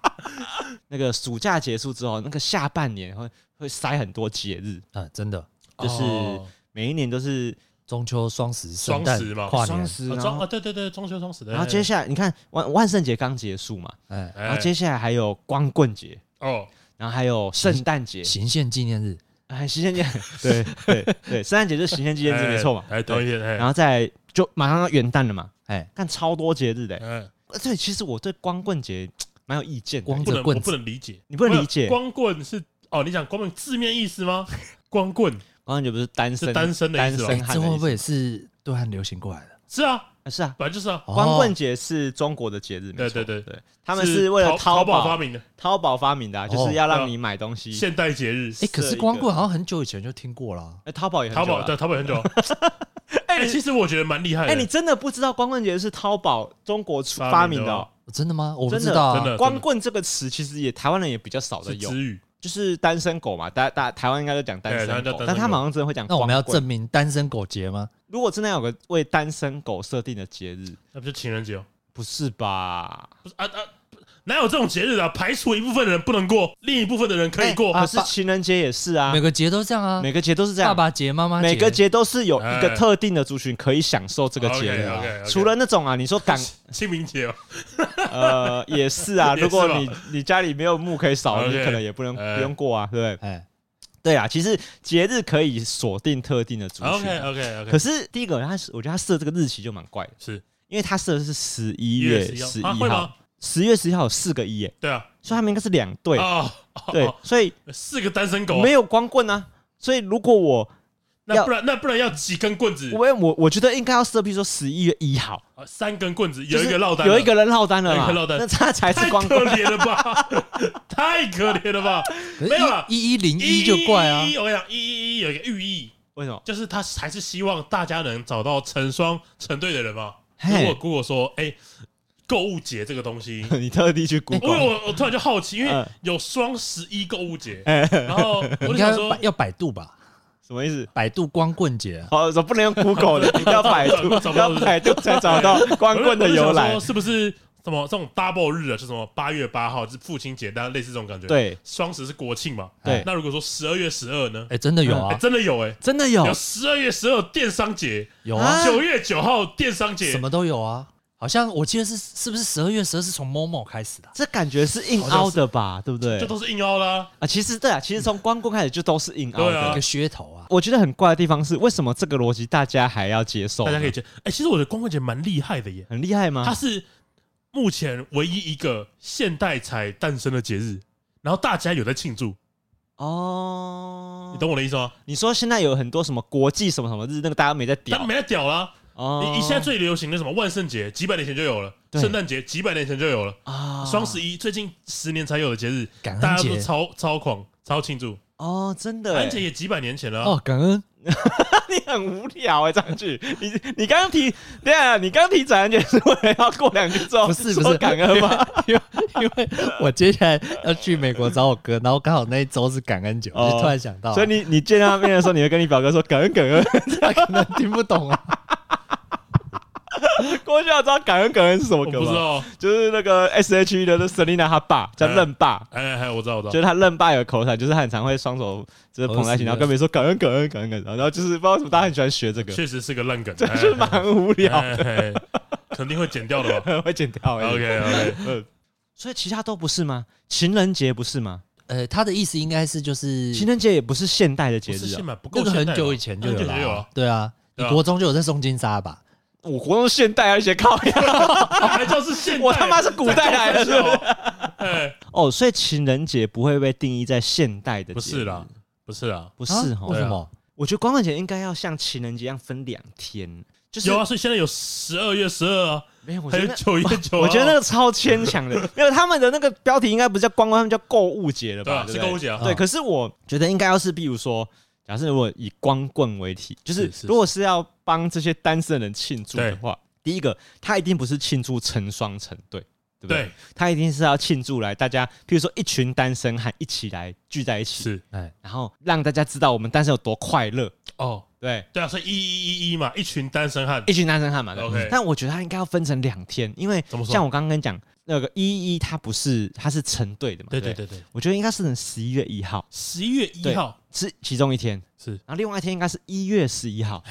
Speaker 2: 那个暑假结束之后，那个下半年会会塞很多节日，
Speaker 4: 啊，真的，
Speaker 2: 就是
Speaker 3: 哦
Speaker 2: 每一年都是。
Speaker 4: 中秋、双十、圣
Speaker 3: 双十
Speaker 4: 诞、
Speaker 3: 嘛
Speaker 4: 跨
Speaker 2: 哦双
Speaker 4: 年，
Speaker 2: 十，
Speaker 3: 啊
Speaker 2: 然
Speaker 3: 中啊，
Speaker 2: 后
Speaker 3: 对对对，中秋双十的。
Speaker 2: 然后接下来你看万万圣节刚结束嘛，
Speaker 4: 哎，
Speaker 3: 哎
Speaker 2: 然后接下来还有光棍节，
Speaker 3: 哦，
Speaker 2: 然后还有圣诞节，
Speaker 4: 行宪纪念日，
Speaker 2: 哎，行天 节，对对对，圣诞节就是行天纪念日，没错嘛，
Speaker 3: 哎，同
Speaker 2: 对
Speaker 3: 一天，哎，
Speaker 2: 然后再来就马上要元旦了嘛，
Speaker 4: 哎，
Speaker 2: 看超多节日的、欸。
Speaker 3: 嗯，
Speaker 2: 呃对，其实我对光棍节蛮有意见的、
Speaker 4: 光
Speaker 3: 不
Speaker 4: 着
Speaker 3: 能，我
Speaker 4: 棍
Speaker 3: 不
Speaker 4: 子，
Speaker 3: 能理解，
Speaker 2: 你不能理解，
Speaker 3: 不是光棍是哦，你讲光棍字面意思吗？光棍
Speaker 2: 光棍节不是单身
Speaker 3: 是单身的意
Speaker 2: 单
Speaker 3: 思哦
Speaker 2: 身
Speaker 3: 吧？
Speaker 4: 哎，
Speaker 2: 汉
Speaker 4: 这会
Speaker 2: 的意
Speaker 4: 不
Speaker 2: 思
Speaker 4: 会也是对岸流行过来的？
Speaker 3: 是啊，
Speaker 2: 啊是啊，
Speaker 3: 本来就是啊，
Speaker 4: 哦
Speaker 2: 光棍节是中国的节日，没
Speaker 3: 对
Speaker 2: 错
Speaker 3: 对对
Speaker 2: 对，他们是为了
Speaker 3: 淘宝
Speaker 2: 宝
Speaker 3: 发
Speaker 2: 嗯
Speaker 3: 明的
Speaker 2: 淘宝发明的、啊，
Speaker 4: 哦
Speaker 2: 就是要让你买东西。
Speaker 3: 现代节日。
Speaker 4: 哎，可是光棍好像很久以前就听过了，啊
Speaker 2: 哎，淘宝也很
Speaker 3: 淘
Speaker 2: 久
Speaker 3: 宝
Speaker 2: 了
Speaker 3: 对淘宝很久， 哎，其实我觉得蛮厉害
Speaker 2: 哎，你
Speaker 3: 的，
Speaker 2: 真的不知道光棍节是淘宝中国出
Speaker 3: 发
Speaker 2: 发
Speaker 3: 明
Speaker 2: 明
Speaker 3: 的
Speaker 2: 的、
Speaker 3: 哦
Speaker 2: 哦？
Speaker 4: 真的吗？我不
Speaker 2: 真的
Speaker 4: 知道
Speaker 3: 真
Speaker 4: 啊，
Speaker 3: 的
Speaker 2: 光棍这个词其实也台湾人也比较少的
Speaker 3: 是
Speaker 2: 用，
Speaker 3: 词语，
Speaker 2: 就是单身狗嘛，大大台湾应该都讲单
Speaker 3: 哎台
Speaker 2: 身
Speaker 3: 湾叫
Speaker 2: 狗，
Speaker 3: 单身
Speaker 2: 但他
Speaker 3: 狗
Speaker 2: 们好像真的会讲
Speaker 4: 那我
Speaker 2: 光
Speaker 4: 们要
Speaker 2: 棍
Speaker 4: 证明单身狗节吗？
Speaker 2: 如果真的有个为单身狗设定的节日，
Speaker 3: 那不就情人节哦？
Speaker 2: 不是吧？
Speaker 3: 不是啊啊，哪有这种节日啊？排除一部分人不能过，另一部分的人可以过
Speaker 2: 可
Speaker 4: 啊
Speaker 2: 哎是情人节也是啊
Speaker 4: 每，个节都这样啊，
Speaker 2: 每个节都是这
Speaker 4: 爸
Speaker 2: 样，
Speaker 4: 爸节、妈妈节，
Speaker 2: 每个节都是有一个
Speaker 3: 哎
Speaker 2: 特定的族群可以享受这个节日啊。
Speaker 3: OK，OK，OK
Speaker 2: 除了那种啊，你说感
Speaker 3: 清明节哦，
Speaker 2: 呃也是啊，
Speaker 3: 也是
Speaker 2: 如
Speaker 3: 吧
Speaker 2: 果你你家里没有墓可以扫，你
Speaker 3: OK，
Speaker 2: 可能也不能
Speaker 3: 哎
Speaker 2: 不用过啊，对不对？
Speaker 4: 哎，
Speaker 2: 对啊，其实节日可以锁定特定的族群
Speaker 3: OK
Speaker 2: 啊。
Speaker 3: OK
Speaker 2: 可
Speaker 3: OK，
Speaker 2: 是第一个，他是我觉得他设这个日期就蛮怪的，
Speaker 3: 是
Speaker 2: 因为他设的是十一月十一
Speaker 3: 啊会
Speaker 2: 号
Speaker 3: 吗，？
Speaker 2: 十月十一号有四个一耶，
Speaker 3: 对啊，
Speaker 2: 所以他们应该是两对，
Speaker 3: 哦，哦
Speaker 2: 对，
Speaker 3: 哦
Speaker 2: 所以
Speaker 3: 四个单身狗
Speaker 2: 没，有光棍啊。所以如果我
Speaker 3: 那
Speaker 2: 要
Speaker 3: 不然那不然要几根棍子？
Speaker 2: 我我我觉得应该要设，比如说十一月一号，
Speaker 3: 啊三根棍子，
Speaker 2: 就
Speaker 3: 有
Speaker 2: 是
Speaker 3: 一个落单，
Speaker 2: 有一个人落单了
Speaker 3: 有一
Speaker 2: 嘛，
Speaker 3: 个落单
Speaker 2: 那他才
Speaker 3: 太
Speaker 2: 是光
Speaker 3: 可
Speaker 2: 棍。
Speaker 3: 怜了吧， 太可怜了吧！
Speaker 4: 可是
Speaker 3: 没有啦
Speaker 4: 一一零一就怪啊
Speaker 3: 一，一我跟你讲，一一一有一个寓意，
Speaker 2: 为什么？
Speaker 3: 就是他还是希望大家能找到成双成对的人嘛。如果
Speaker 2: 嘿，
Speaker 3: 如果说，哎，购物节这个东西，
Speaker 2: 你特地去
Speaker 3: 哎我
Speaker 2: Google，
Speaker 3: 我我突然就好奇，因为
Speaker 2: 嗯
Speaker 3: 有双十一购物节，
Speaker 2: 哎，
Speaker 3: 然后我就
Speaker 4: 应
Speaker 3: 想
Speaker 4: 该
Speaker 3: 说
Speaker 4: 百，要百度吧，
Speaker 2: 什么意思？
Speaker 4: 百度光棍节啊，
Speaker 2: 哦，说不能用 Google 的，要百度
Speaker 3: 找，不
Speaker 2: 要
Speaker 3: 到
Speaker 2: 百度才找到光棍的由
Speaker 3: 我就
Speaker 2: 来
Speaker 3: 想说。是不是什么这种 double 日啊？是什么八月八号是父亲节，但类似这种感觉。，
Speaker 2: 对，
Speaker 3: 双十是国庆嘛？
Speaker 2: 对
Speaker 3: 那如果说十二月十二呢？
Speaker 4: 哎，真的有
Speaker 3: 哎，
Speaker 4: 啊，
Speaker 3: 真的有哎，
Speaker 2: 真的有
Speaker 3: 有十二月十二电商节，
Speaker 4: 有啊，
Speaker 3: 九月九号电商节
Speaker 4: 什，么都有啊，好像我记得是是不是十二月十二是从某某开始的啊？
Speaker 2: 这感觉是硬
Speaker 3: 好像
Speaker 2: 凹
Speaker 3: 是
Speaker 2: 的吧，对不对？
Speaker 3: 这都是硬凹啦。
Speaker 2: 啊，其实对啊，其实从关公开始就都是硬凹
Speaker 3: 对
Speaker 2: 的。
Speaker 3: 啊
Speaker 4: 一个噱头啊，
Speaker 2: 我觉得很怪的地方是，为什么这个逻辑大家还要接受呢？
Speaker 3: 大家可以接。哎，其实我觉得光棍节蛮厉害的耶，
Speaker 2: 很厉害吗
Speaker 3: 它？是目前唯一一个现代才诞生的节日，然后大家有在庆祝，
Speaker 2: 哦，
Speaker 3: 你懂我的意思吗？
Speaker 2: 你说现在有很多什么国际什么什么日，那个大家没在屌
Speaker 3: 但没在屌啦。
Speaker 2: 哦。
Speaker 3: 你你现在最流行的什么万圣节，几百年前就有了；
Speaker 2: 对
Speaker 3: 圣诞节几百年前就有了；
Speaker 4: 哦
Speaker 2: 啊，
Speaker 3: 双十一最近十年才有的节日，
Speaker 4: 感
Speaker 3: 大
Speaker 4: 恩
Speaker 3: 家都
Speaker 4: 节
Speaker 3: 超超狂、超庆祝。
Speaker 2: 哦，真的哎
Speaker 3: 感
Speaker 2: 欸
Speaker 3: 恩，节也几百年前了啊，
Speaker 4: 哦，感恩
Speaker 2: 你很无聊哎，张句，你你刚刚提，对啊，你刚刚提感恩节是为了要过两句之后
Speaker 4: 不是不
Speaker 2: 说
Speaker 4: 是
Speaker 2: 感恩吗？？
Speaker 4: 因为因为我接下来要去美国找我哥，然后刚好那一周是感恩节，我
Speaker 2: 哦
Speaker 4: 就突然想到，
Speaker 2: 所以你你见到那边的时候，你会跟你表哥说感恩感恩，
Speaker 4: 他可能听不懂啊。
Speaker 2: 郭晓知道感恩感恩是什么
Speaker 3: 我
Speaker 2: 歌
Speaker 3: 不知
Speaker 2: 吗？
Speaker 3: 道。
Speaker 2: 就是那个 S H E 的那 Selina 她爸叫任爸，
Speaker 3: 哎，哎，我知道，我知
Speaker 2: 就
Speaker 3: 道。
Speaker 2: 是他任爸有口才，就是他很常会双手就是捧在一起，然后跟别人说感恩感恩感恩感恩，然后就是不知道为什么大家很喜欢学这个，
Speaker 3: 确实是个烂梗，
Speaker 2: 这就是蛮无聊的，
Speaker 3: 哎哎哎肯定会剪掉 的吧
Speaker 2: 会剪掉欸。
Speaker 3: ？OK OK，
Speaker 2: 嗯，所以其他都不是吗？情人节不是吗？
Speaker 4: 呃，他的意思应该是就是
Speaker 2: 情人节也不是现代的节
Speaker 3: 不是
Speaker 2: 日
Speaker 3: 现
Speaker 2: 啊，
Speaker 3: 买不够
Speaker 4: 那个
Speaker 3: 现代吧，哦
Speaker 4: 很久以前就
Speaker 3: 很
Speaker 4: 有
Speaker 3: 久就有
Speaker 4: 了
Speaker 3: 啊，，
Speaker 4: 对啊，
Speaker 3: 对
Speaker 4: 你
Speaker 3: 啊
Speaker 4: 国中就有在送金沙吧？
Speaker 2: 我活动 现代啊，一些靠呀，
Speaker 3: 还叫是现代，
Speaker 2: 啊我他妈是古代来的是
Speaker 3: 哦
Speaker 2: 不是啊
Speaker 3: 哎，
Speaker 2: 哦，所以情人节不会被定义在现代的，
Speaker 3: 不是啦，，不是啦，
Speaker 2: 不是哦
Speaker 4: 啊
Speaker 2: 哈。
Speaker 4: 为什么？
Speaker 2: 我觉得光棍节应该要像情人节一样分两天，就是
Speaker 3: 有啊，所以现在有十二月十二啊，
Speaker 2: 没有，我
Speaker 3: 还
Speaker 2: 觉
Speaker 3: 有
Speaker 2: 得
Speaker 3: 九月九，啊
Speaker 2: 我觉得那个超牵强的，没有他们的那个标题应该不叫光棍，他们叫购物节了
Speaker 3: 对
Speaker 2: 吧？
Speaker 3: 啊，
Speaker 2: 对
Speaker 3: 是
Speaker 2: 不对
Speaker 3: 购物节啊，
Speaker 2: 对，
Speaker 4: 啊
Speaker 2: 可是我觉得应该要是，比如说，假设如果以光棍为题，就是
Speaker 3: 是是
Speaker 2: 如果是要帮这些单身人庆祝的
Speaker 3: 对
Speaker 2: 话，第一个，他一定不是庆祝成双成对，对不对？
Speaker 3: 对，
Speaker 2: 他一定是要庆祝来大家，譬如说一群单身汉一起来聚在一起，
Speaker 3: 是
Speaker 4: 哎，
Speaker 2: 然后让大家知道我们单身有多快乐，
Speaker 3: 哦，
Speaker 2: 对。
Speaker 3: 对啊，所以一一一一嘛，一群单身汉
Speaker 2: 一群单身汉嘛对
Speaker 3: OK
Speaker 2: 但我觉得他应该要分成两天，因为
Speaker 3: 怎么说
Speaker 2: 像我刚刚跟你讲，那个一一他不是他是成对的嘛，
Speaker 3: 对
Speaker 2: 对
Speaker 3: 对
Speaker 2: 不对，
Speaker 3: 对对，
Speaker 2: 我觉得应该是十一月一号
Speaker 3: 十一月一号
Speaker 2: 是其中一天，
Speaker 3: 是，哎
Speaker 2: 然后另外一天应该是一月十一号，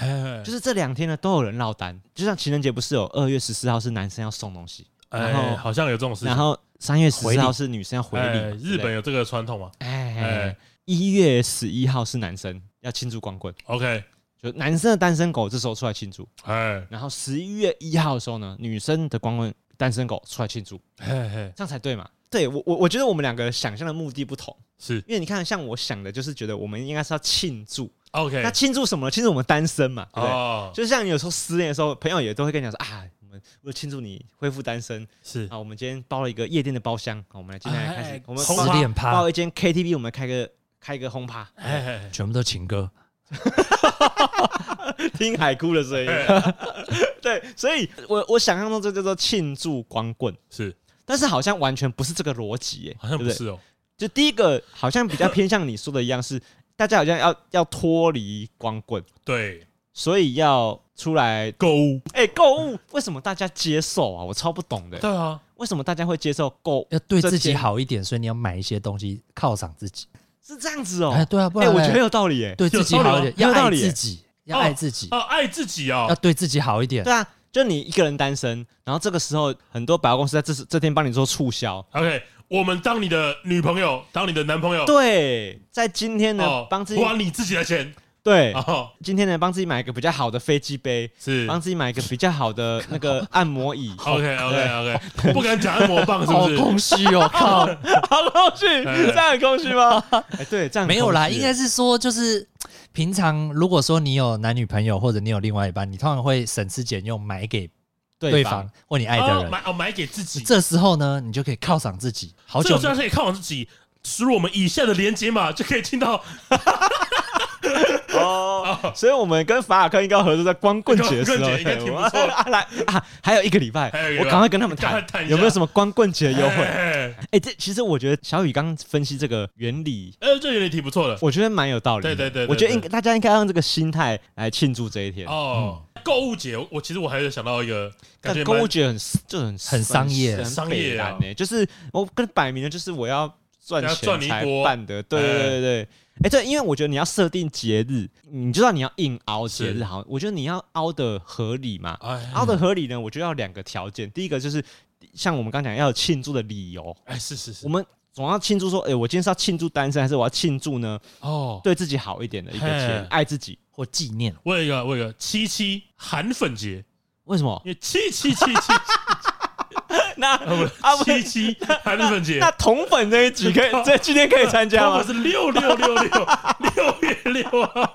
Speaker 2: 就是是这两天呢都有人落单，就像情人节不是有二月十四号是男生要送东西，然后
Speaker 3: 哎，好像有这种事情，
Speaker 2: 然后三月十
Speaker 4: 回
Speaker 2: 四
Speaker 4: 礼
Speaker 2: 号是女生要回礼
Speaker 3: 哎
Speaker 2: 嘛，
Speaker 3: 日本有这个传统嘛
Speaker 2: 哎
Speaker 3: 哎
Speaker 2: 一月十一号是男生要庆祝光棍，
Speaker 3: ？OK，
Speaker 2: 就男生的单身狗这时候出来庆祝，
Speaker 3: 哎
Speaker 2: 然后十一月一号的时候呢，女生的光棍单身狗出来庆祝，
Speaker 3: 嘿嘿，
Speaker 2: 这样才对嘛？对我我我觉得我们两个想象的目的不同，
Speaker 3: 是
Speaker 2: 因为你看像我想的就是觉得我们应该是要庆祝，
Speaker 3: OK，
Speaker 2: 那庆祝什么呢？庆祝我们单身嘛，对不对？
Speaker 3: 哦，
Speaker 2: 就像有时候失恋的时候，朋友也都会跟你讲说啊，我们为了庆祝你恢复单身
Speaker 3: 是
Speaker 2: 啊，我们今天包了一个夜店的包厢，啊我们来今天来开始
Speaker 3: 哎，
Speaker 2: 我们
Speaker 3: 轰
Speaker 4: 十点
Speaker 2: 包
Speaker 4: 趴
Speaker 2: 了一间 KTV，我们来开个开个轰 趴，
Speaker 3: 哎哎
Speaker 4: 全部都情歌，
Speaker 2: 听海哭的声音。 对，所以我我想象中这叫做庆祝光棍，
Speaker 3: 是，
Speaker 2: 但是好像完全不是这个逻辑耶，
Speaker 3: 好像
Speaker 2: 对
Speaker 3: 不
Speaker 2: 对？
Speaker 3: 是哦，
Speaker 2: 就第一个好像比较偏向你说的一样，是大家好像要要脱离光棍，
Speaker 3: 对，
Speaker 2: 所以要出来
Speaker 3: 购物，
Speaker 2: 哎购物，为什么大家接受啊？我超不懂的。
Speaker 3: 对啊，
Speaker 2: 为什么大家会接受购？
Speaker 4: 要对
Speaker 2: 这
Speaker 4: 自己
Speaker 2: 天
Speaker 4: 好一点，所以你要买一些东西犒赏自己。
Speaker 2: 是这样子哦、
Speaker 4: 哎，对啊，不
Speaker 2: 哎、
Speaker 4: 然
Speaker 2: 我觉
Speaker 4: 嘞
Speaker 2: 得有道理耶、
Speaker 4: 对
Speaker 3: 有
Speaker 4: 自己
Speaker 3: 道理
Speaker 4: 好
Speaker 3: 啊
Speaker 4: 一点，
Speaker 2: 有
Speaker 4: 要
Speaker 2: 道
Speaker 4: 爱
Speaker 2: 理耶
Speaker 4: 自己，要爱自己，
Speaker 3: 哦，爱自己哦
Speaker 4: 要，对自己好一点
Speaker 2: 对。啊，就你一个人单身，然后这个时候很多百货公司在这时这天帮你做促销，
Speaker 3: OK，我们当你的女朋友，当你的男朋友，
Speaker 2: 对，在今天呢
Speaker 3: 哦，
Speaker 2: 帮自己
Speaker 3: 花你自己的钱，
Speaker 2: 对，
Speaker 3: 哦，
Speaker 2: 今天呢帮自己买一个比较好的飞机杯，
Speaker 3: 是
Speaker 2: 帮自己买一个比较好的那个按摩 椅，好
Speaker 3: OK OK OK，不敢讲按摩棒是
Speaker 4: 好
Speaker 3: 不是？
Speaker 4: 空虚哦，靠！
Speaker 2: 空虚，
Speaker 3: 哎
Speaker 2: 这样很空虚 吗？哎，对，这样很
Speaker 4: 没有啦，
Speaker 2: 空虚
Speaker 4: 应该是说就是平常如果说你有男女朋友或者你有另外一半，你通常会省吃俭用买给对
Speaker 2: 对
Speaker 4: 方
Speaker 2: 方
Speaker 4: 或你爱的
Speaker 3: 哦，
Speaker 4: 人。
Speaker 3: 买哦买给自己，
Speaker 4: 这时候呢，你就可以犒赏自己。好
Speaker 3: 这
Speaker 4: 久
Speaker 3: 个虽然是也看我自己。输入我们以下的连接码就可以听到
Speaker 2: 哦，所以我们跟法尔克应该要合作在光棍节的时候，
Speaker 3: 光棍节应该挺不错的
Speaker 2: 啊 来啊，还有一个礼拜
Speaker 3: 还有一，个
Speaker 2: 我赶快跟他们
Speaker 3: 赶
Speaker 2: 谈
Speaker 3: 快谈一下
Speaker 2: 有没有什么光棍节优惠。
Speaker 3: 惠。
Speaker 2: 哎、这其实我觉得小雨刚刚分析这个原理，
Speaker 3: 呃，这有点挺不错的
Speaker 2: 我觉得蛮有道理的。
Speaker 3: 对对对对
Speaker 2: 我觉得应大家应该用这个心态来庆祝这一天。
Speaker 3: 哦。购物节，我其实我还有想到一个
Speaker 2: 但
Speaker 3: 感觉
Speaker 2: 购
Speaker 3: 蛮
Speaker 2: 物节很就很
Speaker 4: 很商业
Speaker 2: 很欸
Speaker 3: 商业啊
Speaker 2: 呢、就是我跟摆明了就是我要赚
Speaker 3: 要
Speaker 2: 钱
Speaker 3: 赚你一
Speaker 2: 才
Speaker 3: 波
Speaker 2: 办的，对对对对。哎、对，因为我觉得你要设定节日，你就知道你要硬凹节日，
Speaker 3: 是
Speaker 2: 好，我觉得你要凹的合理嘛，
Speaker 3: 哎
Speaker 2: 凹的合理呢，我觉得要两个条件，第一个就是像我们刚讲要有庆祝的理由，
Speaker 3: 哎，是是是
Speaker 2: 我，们总要庆祝说，哎、我今天是要庆祝单身，还是我要庆祝呢？
Speaker 3: 哦，
Speaker 2: 对自己好一点的一个节日
Speaker 3: 嘿，
Speaker 2: 爱自己。
Speaker 4: 或纪念。
Speaker 3: 我有一个，我有一个七七韩粉节，
Speaker 2: 为什么？
Speaker 3: 因为七七七七
Speaker 2: 那 啊
Speaker 3: 啊
Speaker 2: 不
Speaker 3: 不
Speaker 2: 是
Speaker 3: 七 七韩粉节，
Speaker 2: 那同粉这一局 可以，这啊今天可以参加
Speaker 3: 我
Speaker 2: 吗？
Speaker 3: 是六六六 六六月六啊，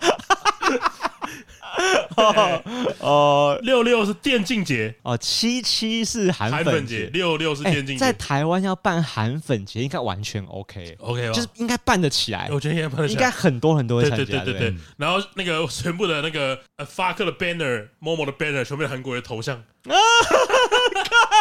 Speaker 2: 哦
Speaker 3: 六六是电竞节，
Speaker 2: 哦，七七是韩
Speaker 3: 韩
Speaker 2: 粉
Speaker 3: 粉节，
Speaker 2: 节，
Speaker 3: 六六是
Speaker 2: 哎
Speaker 3: 电竞
Speaker 2: 在
Speaker 3: 节。
Speaker 2: 台湾要办韩粉节，应该完全 OK，
Speaker 3: OK 吧？
Speaker 2: 就是应该办得起来
Speaker 3: 我，觉得应该办得起
Speaker 2: 应
Speaker 3: 来
Speaker 2: 该很多很多会
Speaker 3: 对
Speaker 2: 参
Speaker 3: 对
Speaker 2: 加，
Speaker 3: 对对
Speaker 2: 对
Speaker 3: 对。然后那个 全部的那个呃发克的 banner、某某的 banner 全部是韩国人的头 像。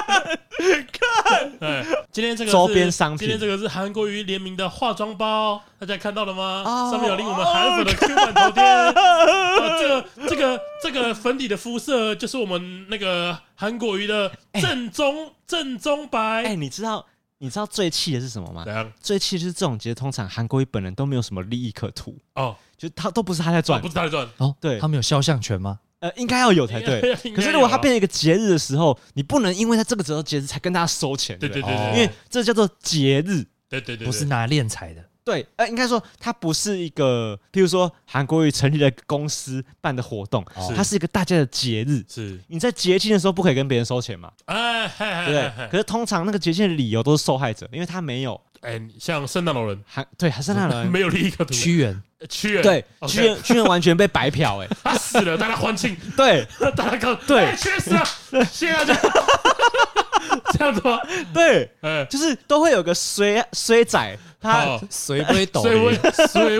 Speaker 3: 看，看，哎今天这个是
Speaker 2: 周边商品
Speaker 3: 今天这个是韩国瑜联名的化妆包，大家看到了吗？
Speaker 2: 哦
Speaker 3: 上面有令我们韩粉的 Q 版 头贴。啊这个这个这个粉底的肤色就是我们那个韩国瑜的正宗正宗
Speaker 2: 哎，
Speaker 3: 白。
Speaker 2: 你知道你知道最气的是什么吗
Speaker 3: 怎？样？
Speaker 2: 最气的就是这种节，通常韩国瑜本人都没有什么利益可图，
Speaker 3: 哦，
Speaker 2: 就是他都不是他在赚
Speaker 3: 不，是大赚，
Speaker 4: 哦，
Speaker 2: 对
Speaker 4: 他们有肖像权吗？
Speaker 2: 呃，应该要有才对。
Speaker 3: 应该
Speaker 2: 可是如果它
Speaker 3: 有啊
Speaker 2: 变成一个节日的时候，你不能因为在这个时候节日才跟大家收钱，
Speaker 3: 对对
Speaker 2: 不
Speaker 3: 对
Speaker 4: 哦
Speaker 3: 对，
Speaker 2: 因为这叫做节日。
Speaker 3: 对对对对
Speaker 4: 不是拿敛财的，
Speaker 2: 对，呃，应该说它不是一个，譬如说韩国瑜成立了公司办的活动，
Speaker 4: 哦
Speaker 2: 它是一个大家的节日。
Speaker 3: 是
Speaker 2: 你在节庆的时候不可以跟别人收钱嘛，
Speaker 3: 哎
Speaker 2: 对
Speaker 3: 嗨
Speaker 2: 不对？
Speaker 3: 嗨
Speaker 2: 可是通常那个节庆的理由都是受害者，因为他没有
Speaker 3: 哎，像圣诞老人
Speaker 2: 韩对圣诞 老人，
Speaker 3: 没有利益可图，呃
Speaker 4: 屈原
Speaker 3: 屈原
Speaker 2: 哎对
Speaker 3: ，OK
Speaker 2: 屈原屈原完全被白嫖哎、
Speaker 3: 他死了，大家 欢庆，
Speaker 2: 对
Speaker 3: 大家告
Speaker 2: 对
Speaker 3: 哎屈原死了， 谢谢大家， 这样子吗？
Speaker 2: 对，
Speaker 3: 哎，
Speaker 2: 就是都会有个衰衰仔，他
Speaker 3: 好
Speaker 4: 随波斗
Speaker 3: 水位 水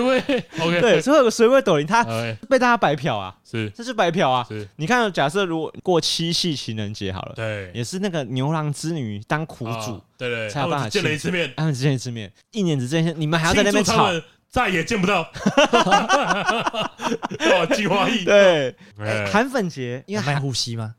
Speaker 3: 位，OK，
Speaker 2: 对，所以有个衰鬼抖音，他
Speaker 3: 哎，
Speaker 2: 被大家白嫖啊。
Speaker 3: 是
Speaker 2: 这是白嫖啊！
Speaker 3: 是，
Speaker 2: 你看，假设如果过七夕情人节好了，
Speaker 3: 对，
Speaker 2: 也是那个牛郎织女当苦主
Speaker 3: 啊，对对，
Speaker 2: 才有
Speaker 3: 他
Speaker 2: 办法
Speaker 3: 们只见了一次面，
Speaker 2: 他们之前一次面，一年只见一次，你们还要在那
Speaker 3: 庆祝
Speaker 2: 边
Speaker 3: 他
Speaker 2: 吵，
Speaker 3: 们再也见 不到，哇，计划意，
Speaker 2: 对，
Speaker 3: 哎
Speaker 2: 韩粉节，因为
Speaker 4: 有卖
Speaker 2: 韩
Speaker 4: 护膝吗？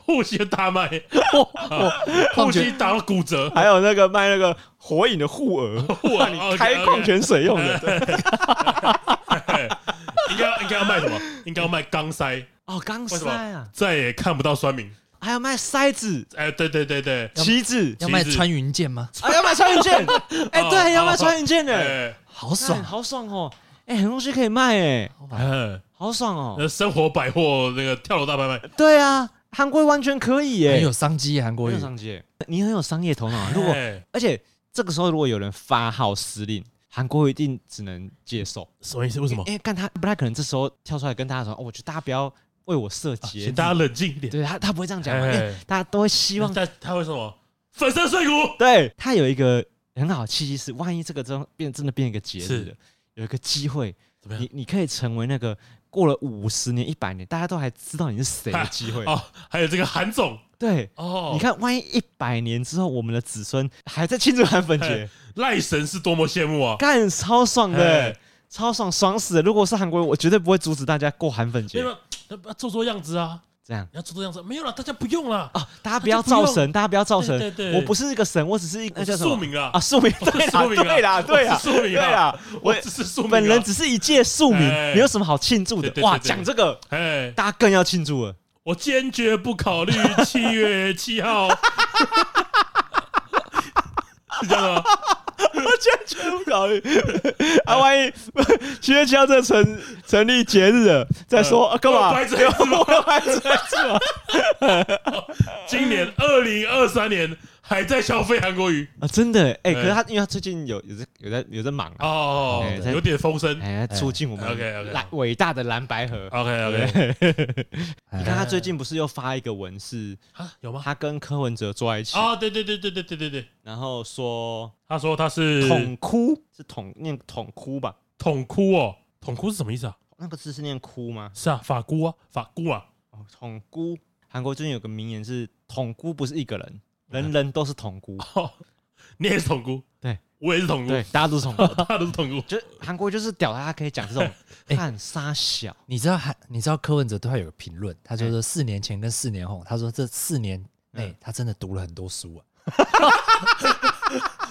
Speaker 3: 护膝 大卖，
Speaker 2: 哦
Speaker 4: 矿
Speaker 3: 护膝
Speaker 4: 泉
Speaker 3: 打到骨折，
Speaker 2: 还有那个卖那个火影的护 耳，
Speaker 3: 护
Speaker 2: 让你开矿泉水用
Speaker 3: 哎
Speaker 2: 的，对
Speaker 3: 应该应该要卖什么？应该要卖钢塞，
Speaker 2: 哦，钢
Speaker 3: 为什
Speaker 2: 塞啊
Speaker 3: 么，再也看不到酸民？
Speaker 2: 还有卖塞子、
Speaker 3: 哎，对对对对，
Speaker 2: 旗子，
Speaker 4: 要 卖
Speaker 3: 其实
Speaker 4: 穿云箭吗？
Speaker 2: 啊，要卖穿云箭，哎，对，
Speaker 3: 哦
Speaker 2: 要卖穿云箭的，
Speaker 3: 哎，
Speaker 4: 好
Speaker 2: 爽，
Speaker 4: 爽！啊
Speaker 2: 好爽哦，哎，很多东西可以卖，哎，
Speaker 3: 嗯
Speaker 2: 好爽哦，
Speaker 3: 那生活百货那个跳楼大拍卖，
Speaker 2: 对啊，韩国完全可以，
Speaker 4: 很
Speaker 2: 哎，
Speaker 4: 有商机，韩国
Speaker 2: 很
Speaker 4: 语
Speaker 2: 有商机耶，你很有商业头脑啊，如果
Speaker 3: 哎
Speaker 2: 而且这个时候如果有人发号施令，韩国瑜一定只能接受。
Speaker 3: 什么意思？为什么？
Speaker 2: 因为干他不太可能这时候跳出来跟大家说，哦，我觉得大家不要为我设
Speaker 3: 啊
Speaker 2: 节、
Speaker 3: 请大家，冷静一点。
Speaker 2: 对他他不会这样讲嘛，因为
Speaker 3: 哎，
Speaker 2: 大家都会希 望。
Speaker 3: 他他为什么粉身碎骨？
Speaker 2: 对他有一个很好的契机是，万一这个真变真的变一个节日
Speaker 3: 是哎
Speaker 2: 了，有一个机会，
Speaker 3: 怎么样
Speaker 2: 你？你可以成为那个过了五十年、一百年，大家都还知道你是谁的机 会。
Speaker 3: 哦，还有这个韩总
Speaker 2: 对，
Speaker 3: 哦，
Speaker 2: 你看，万一一百年之后，我们的子孙还在庆祝韩粉节
Speaker 3: 哎，赖神是多么羡慕啊！
Speaker 2: 干超爽的、
Speaker 3: 哎
Speaker 2: 超爽，爽死了！如果是韩国人，我绝对不会阻止大家过韩粉
Speaker 3: 没
Speaker 2: 节。
Speaker 3: 有，要不要做做样子啊？
Speaker 2: 这样
Speaker 3: 你要做做样子，没有了，大家不用了，
Speaker 2: 啊，大家不要造
Speaker 3: 这
Speaker 2: 神，大家不要造神。
Speaker 3: 对对对
Speaker 2: 我不是一个神，我只是一个
Speaker 3: 我
Speaker 2: 那叫
Speaker 3: 是
Speaker 2: 什么
Speaker 3: 庶民啊
Speaker 2: 啊，，庶民。
Speaker 3: 我是
Speaker 2: 对啦，
Speaker 3: 庶民啊
Speaker 2: 对啦，对啦
Speaker 3: 我，是庶民
Speaker 2: 对
Speaker 3: 啊，
Speaker 2: 啦，我
Speaker 3: 只是庶民啊，
Speaker 2: 本人只是一介庶民
Speaker 3: 哎，
Speaker 2: 你有什么好庆祝
Speaker 3: 对
Speaker 2: 的？
Speaker 3: 对
Speaker 2: 哇，
Speaker 3: 对对
Speaker 2: 讲这个，
Speaker 3: 哎，
Speaker 2: 大家更要庆 祝了。
Speaker 3: 我坚决不考虑七月七 号。是这样的吗？
Speaker 2: 我坚决不考虑 啊！万一七月七号这成成立节日了，再说啊干嘛？
Speaker 3: 呃我白纸黑字吗
Speaker 2: 我要白纸黑字吗
Speaker 3: 今年二零二三年还在消费韩国语
Speaker 2: 啊，真的哎，
Speaker 3: 哎
Speaker 2: 可是他因为他最近有有在有在有在忙啊，
Speaker 3: 哦
Speaker 2: 哎，在
Speaker 3: 有点风声。
Speaker 2: 哎，促进我们
Speaker 3: OK，OK 哦
Speaker 2: 蓝伟大的蓝白河。
Speaker 3: OK OK，
Speaker 2: 对
Speaker 4: 哎
Speaker 2: 你看他最近不是又发一个文是，
Speaker 3: 啊，有吗？
Speaker 2: 他跟柯文哲坐在一起，
Speaker 3: 啊，对对对对对对对对，
Speaker 2: 然后说
Speaker 3: 他说他是
Speaker 2: 统哭是统念统哭吧？
Speaker 3: 统哭哦，统哭是什么意思啊？
Speaker 2: 那个字是念哭吗？
Speaker 3: 是啊，法姑啊，法姑啊，
Speaker 2: 哦，统姑。韩国最近有个名言是统姑不是一个人，人人都是统姑。
Speaker 3: 嗯哦，你也是统姑，
Speaker 2: 对，
Speaker 3: 我也是统姑，
Speaker 2: 对，大家都是统姑。
Speaker 3: 大家都是统姑，
Speaker 2: 就韩国就是屌他，他可以 讲这种
Speaker 3: 哎
Speaker 2: 看沙小。
Speaker 4: 你知道韩，你知道柯文哲对他有个评论，他就说四年前跟四年后，他说这四年内他真的读了很多书啊，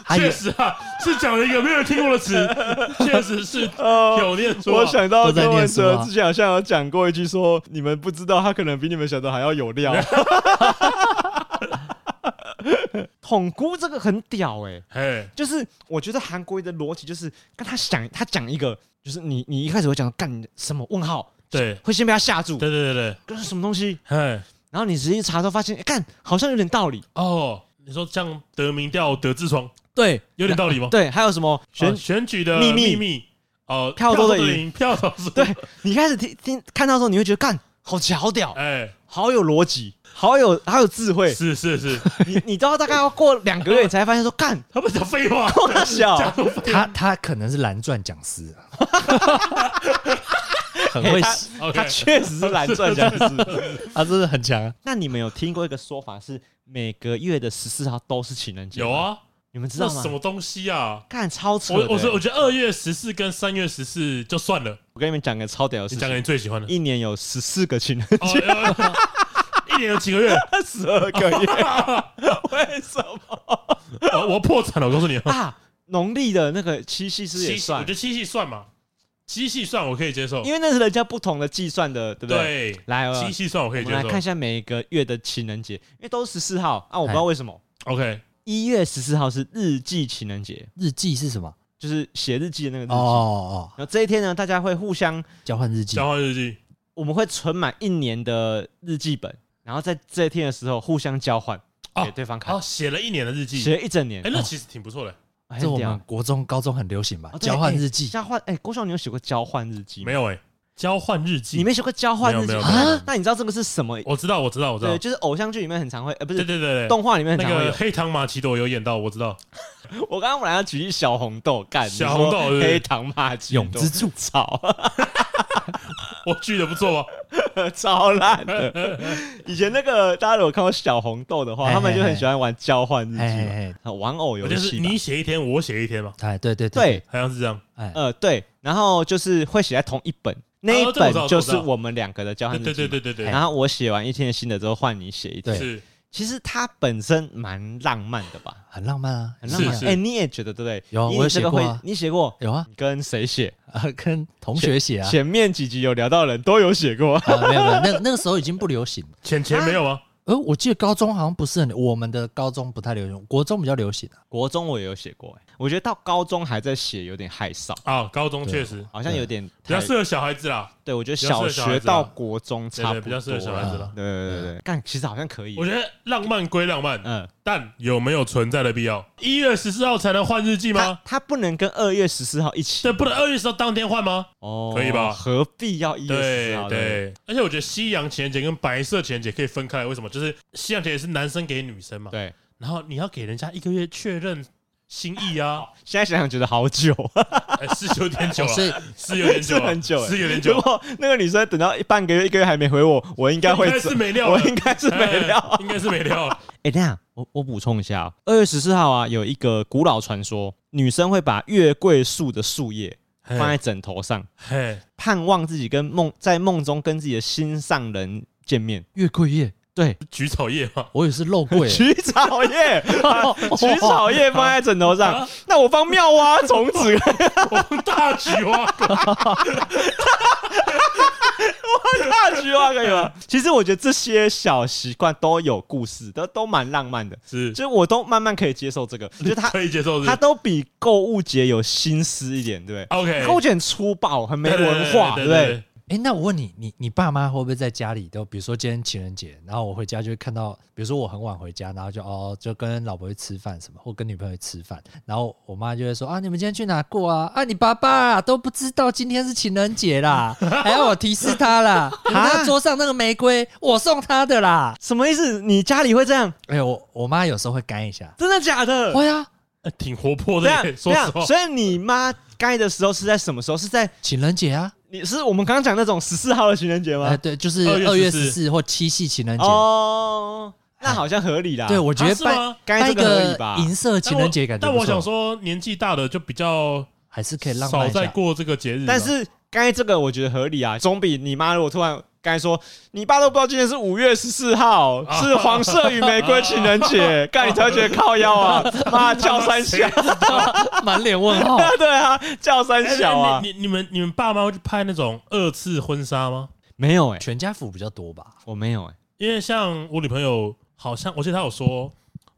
Speaker 4: 还有
Speaker 3: 确实啊，是讲了一个没有人听过的 词，确实是
Speaker 2: 哦
Speaker 3: 有念书啊。
Speaker 2: 我想到
Speaker 4: 都在
Speaker 2: 柯文
Speaker 4: 念书
Speaker 2: 哲
Speaker 4: 啊
Speaker 2: 之前好像有讲过一句说，你们不知道他可能比你们想的还要有料。统姑这个很屌哎、
Speaker 3: 哎，
Speaker 2: 就是我觉得韩国瑜的逻辑就是，跟他想他讲一个，就是你你一开始会讲干你什么问号，
Speaker 3: 对，
Speaker 2: 会先被他吓住，
Speaker 3: 对对对对，
Speaker 2: 这是什么东西，
Speaker 3: 哎，
Speaker 2: 然后你仔细查之后发现，哎干、好像有点道理。
Speaker 3: 哦，你说像得民调得痔疮
Speaker 2: 对，
Speaker 3: 有点道理吗？
Speaker 2: 对，还有什么选
Speaker 3: 啊选举的
Speaker 2: 秘密
Speaker 3: 密密哦，
Speaker 2: 票多的赢
Speaker 3: 赢，票多的输
Speaker 2: 对，你开始听听看到的时候，你会觉得干好巧屌，
Speaker 3: 哎，
Speaker 2: 好有逻辑，好有好有智慧。
Speaker 3: 是是是，
Speaker 2: 你你都要大概要过两个月，你才发现说干
Speaker 3: 他们讲 废话，
Speaker 2: 够大小，
Speaker 3: 讲
Speaker 4: 他他可能是蓝钻讲师啊，很
Speaker 2: 哎
Speaker 4: 会
Speaker 2: 他
Speaker 4: 写，
Speaker 3: OK，
Speaker 2: 他确实是蓝钻僵 尸。
Speaker 4: 他真的很强啊。
Speaker 2: 那你们有听过一个说法是每个月的十四号都是情人节？
Speaker 3: 有，啊，
Speaker 2: 你们知
Speaker 3: 那
Speaker 2: 道吗
Speaker 3: 什？么东西啊？
Speaker 2: 干超扯的
Speaker 3: 我
Speaker 2: 欸！
Speaker 3: 我说，我觉得二月十四跟三月十四就算了，
Speaker 2: 我跟你们讲个超屌的事
Speaker 3: 你讲
Speaker 2: 情，
Speaker 3: 个你最喜欢的。
Speaker 2: 一年有十四个情人，
Speaker 3: 哦呃 一年有几个月？
Speaker 2: 十二个月，为什 么
Speaker 3: 哦我我破产了，我告诉你，
Speaker 2: 啊？农历的那个七夕是不是也
Speaker 3: 七夕，我
Speaker 2: 算
Speaker 3: 觉，得七夕算嘛，七夕算我可以接受
Speaker 2: 因，为那是人家不同的计算的，对不对？
Speaker 3: 对，
Speaker 2: 来，呃
Speaker 3: 七夕算我可
Speaker 2: 我
Speaker 3: 以
Speaker 2: 们
Speaker 3: 接
Speaker 2: 来
Speaker 3: 受
Speaker 2: 看一下每一个月的情人节，因为都是十四号啊，我不
Speaker 3: 哎
Speaker 2: 知道为什么
Speaker 3: ，OK，
Speaker 2: 一月十四号是日记情人节，
Speaker 4: 日记是什么？
Speaker 2: 就是写日记的那个日记。
Speaker 4: 哦哦哦，
Speaker 2: 然后这一天呢，大家会互相，
Speaker 4: 交换日记
Speaker 3: 交换日记，
Speaker 2: 我们会存满一年的日记本，然后在这一天的时候互相交换
Speaker 3: 哦
Speaker 2: 给对方看
Speaker 3: 哦，，写了一年的日记，
Speaker 2: 写了一整年
Speaker 3: 哎，。那其实挺不错的，
Speaker 2: 哎
Speaker 4: 这
Speaker 2: 很
Speaker 4: 我
Speaker 2: 屌
Speaker 4: 们国中、高中很流行吧
Speaker 2: 哦？对
Speaker 4: 交换
Speaker 2: 哎
Speaker 4: 日记
Speaker 2: 交换哎，郭少，你有写过交换日记吗？
Speaker 3: 没，有哎，交换日
Speaker 2: 你
Speaker 3: 记，
Speaker 2: 没写过交换日记
Speaker 3: 没有没有没有
Speaker 2: 啊？那你知道这个是什么？
Speaker 3: 我知道，我知道，我知道
Speaker 2: 对，，就是偶像剧里面很常会，呃，不
Speaker 3: 对
Speaker 2: 是
Speaker 3: 对对对，
Speaker 2: 动画里面很
Speaker 3: 那
Speaker 2: 常会
Speaker 3: 个
Speaker 2: 有。
Speaker 3: 黑糖玛奇朵有演到，我知道，
Speaker 2: 我刚刚本来要举例小红豆干，
Speaker 3: 小红
Speaker 2: 你
Speaker 3: 豆对
Speaker 2: 说
Speaker 3: 不对
Speaker 2: 黑糖玛奇
Speaker 4: 永
Speaker 2: 朵
Speaker 4: 之助
Speaker 2: 草啊
Speaker 3: 我剧的不错哦 吧？
Speaker 2: 超烂的。以前那个大家如果看过小红豆的话，
Speaker 4: 嘿嘿
Speaker 2: 他们就很喜欢玩交换日
Speaker 4: 哎哎
Speaker 2: 记
Speaker 4: 哎
Speaker 2: 嘛，玩偶游
Speaker 3: 就是
Speaker 2: 戏吧。
Speaker 3: 你写一天，我写一天嘛，
Speaker 4: 哎，对对，
Speaker 2: 对，
Speaker 3: 好像是这样。
Speaker 4: 哎，
Speaker 2: 呃对，然后就是会写在同一本，那一
Speaker 3: 这我
Speaker 2: 本
Speaker 3: 知道
Speaker 2: 就
Speaker 3: 我知
Speaker 2: 是
Speaker 3: 道
Speaker 2: 我们两个的交换
Speaker 3: 对
Speaker 2: 日记嘛。
Speaker 3: 对对对对对，
Speaker 2: 然后我写完一天的新的之后，换你写一天。
Speaker 4: 对
Speaker 3: 是
Speaker 2: 其实它本身蛮浪漫的吧，
Speaker 4: 很浪漫啊，
Speaker 2: 很浪漫
Speaker 3: 是。是
Speaker 2: 哎，你也觉得对不对？
Speaker 4: 有啊
Speaker 2: 你
Speaker 4: 我有
Speaker 2: 这个
Speaker 4: 写过
Speaker 2: 会
Speaker 4: 啊
Speaker 2: 你写过？
Speaker 4: 有啊，
Speaker 2: 你跟谁写？
Speaker 4: 啊跟同学写啊，
Speaker 2: 前面几集有聊到的人都有写过。
Speaker 4: 啊没有没有，那那个时候已经不流行了。
Speaker 3: 钱钱没有吗？
Speaker 4: 呃，我记得高中好像不是很，我们的高中不太流行，国中比较流行啊。
Speaker 2: 国中我也有写过、欸，我觉得到高中还在写有点害臊，
Speaker 3: 啊，高中
Speaker 4: 对
Speaker 3: 确实
Speaker 2: 好像有点
Speaker 3: 比较
Speaker 2: 太
Speaker 3: 适合小孩子啦，
Speaker 2: 对，我觉得
Speaker 3: 比较适
Speaker 2: 小
Speaker 3: 合小
Speaker 2: 学
Speaker 3: 孩子啊
Speaker 2: 到国中差不多
Speaker 3: 对对
Speaker 2: 啊
Speaker 3: 比较适合小孩子啦
Speaker 2: 对对对对，但其实好像可以
Speaker 3: 我。觉得浪漫归浪漫，
Speaker 2: 嗯，
Speaker 3: 但有没有存在的必要？一月十四号才能换日记
Speaker 2: 他
Speaker 3: 吗？
Speaker 2: 他不能跟二月十四号一起
Speaker 3: 这不能二月十号当天换吗？
Speaker 2: 哦，
Speaker 3: 可以吧
Speaker 2: 何必要一月十
Speaker 3: 对
Speaker 2: 四号？对，
Speaker 3: 对，而且我觉得西洋情人节跟白色情人节可以分开，为什么？就是西洋情人节是男生给女生嘛，
Speaker 2: 对，
Speaker 3: 然后你要给人家一个月确认心意 啊，
Speaker 2: 现在想想觉得好久，啊
Speaker 3: 哎是有点久
Speaker 4: 哦所以
Speaker 3: 了，是有点久
Speaker 2: 是
Speaker 3: 了，
Speaker 2: 很久欸
Speaker 3: 是有点久
Speaker 2: 如
Speaker 3: 了，
Speaker 2: 果那个女生等到一半个月、一个月还没回我，我应该会
Speaker 3: 应该
Speaker 2: 走
Speaker 3: 是没料了
Speaker 2: 我应该是没料。
Speaker 3: 哎应该是没 料了。
Speaker 2: 哎、等一下，我我补充一下、哦，二月十四号啊，有一个古老传说，女生会把月桂树的树叶
Speaker 3: 哎
Speaker 2: 放在枕头上，
Speaker 3: 嘿，
Speaker 2: 盼望自己跟梦在梦中跟自己的心上人见面。
Speaker 4: 月桂叶，
Speaker 2: 对，。
Speaker 3: 菊草叶嘛，
Speaker 4: 我以为是肉桂
Speaker 2: 菊草 叶，啊菊草叶放在枕头上
Speaker 3: 啊，
Speaker 2: 那我放妙蛙种子，
Speaker 3: 我大菊花，
Speaker 2: 大菊花可以吗？其实我觉得这些小习惯都有故事，都都蛮浪漫的，
Speaker 3: 是
Speaker 2: 就是我都慢慢可以接受这个，就是他
Speaker 3: 可以接受是不
Speaker 2: 他
Speaker 3: 是
Speaker 2: 都比购物节有心思一点，对不对？
Speaker 3: OK，
Speaker 2: 高姐很粗暴，很没文化，对
Speaker 3: 对
Speaker 2: 不对？
Speaker 4: 哎，那我问你，你你爸妈会不会在家里都，比如说今天情人节，然后我回家就会看到，比如说我很晚回家，然后就哦就跟老婆去吃饭什么，或跟女朋友去吃饭，然后我妈就会说啊你们今天去哪过啊？啊你爸爸、啊、都不知道今天是情人节啦，还要我提示他啦，你们那个桌上那个玫瑰我送他的啦。
Speaker 2: 什么意思？你家里会这样？
Speaker 4: 哎、我我妈有时候会干一下，
Speaker 2: 真的假的？
Speaker 4: 会啊，
Speaker 3: 呃挺活 泼
Speaker 2: 这样
Speaker 3: 的耶，
Speaker 2: 这
Speaker 3: 说实
Speaker 2: 样，
Speaker 3: 话，
Speaker 2: 啊所以你妈该的时候是在什么时候？是在
Speaker 4: 情人节啊，
Speaker 2: 你是我们刚刚讲那种十四号的情人节
Speaker 4: 哎、
Speaker 2: 吗？
Speaker 4: 对，就是
Speaker 3: 2月
Speaker 4: 二月十
Speaker 3: 14
Speaker 4: 四或七夕情人节。
Speaker 2: 哦，那好像合理啦。
Speaker 4: 对，我觉得
Speaker 3: 啊是
Speaker 4: 办、
Speaker 3: 吗
Speaker 2: 该
Speaker 4: 办一
Speaker 2: 这个合理
Speaker 4: 个
Speaker 2: 吧
Speaker 4: 银色情人节感觉
Speaker 3: 但我
Speaker 4: 不
Speaker 3: 但我想
Speaker 4: 错
Speaker 3: 说，年纪大的就比较
Speaker 4: 还是可以浪
Speaker 3: 少
Speaker 4: 漫一
Speaker 3: 在
Speaker 4: 下。
Speaker 3: 过这个节日嘛，
Speaker 2: 但是该这个我觉得合理啊，总比你妈如果突然刚才说你爸都不知道今天是五月十四号，
Speaker 3: 啊
Speaker 2: 是黄色与玫瑰情人 节，干你才会觉得靠腰啊，妈叫三小， 啊
Speaker 4: 满脸问号。
Speaker 2: 对啊，叫三
Speaker 3: 哎
Speaker 2: 小啊，
Speaker 3: 你你你们你们爸妈会去拍那种二次婚纱吗？
Speaker 2: 没有哎，
Speaker 4: 全家福比较多吧？
Speaker 2: 我没有哎，
Speaker 3: 因为像我女朋友，好像我记得她有说，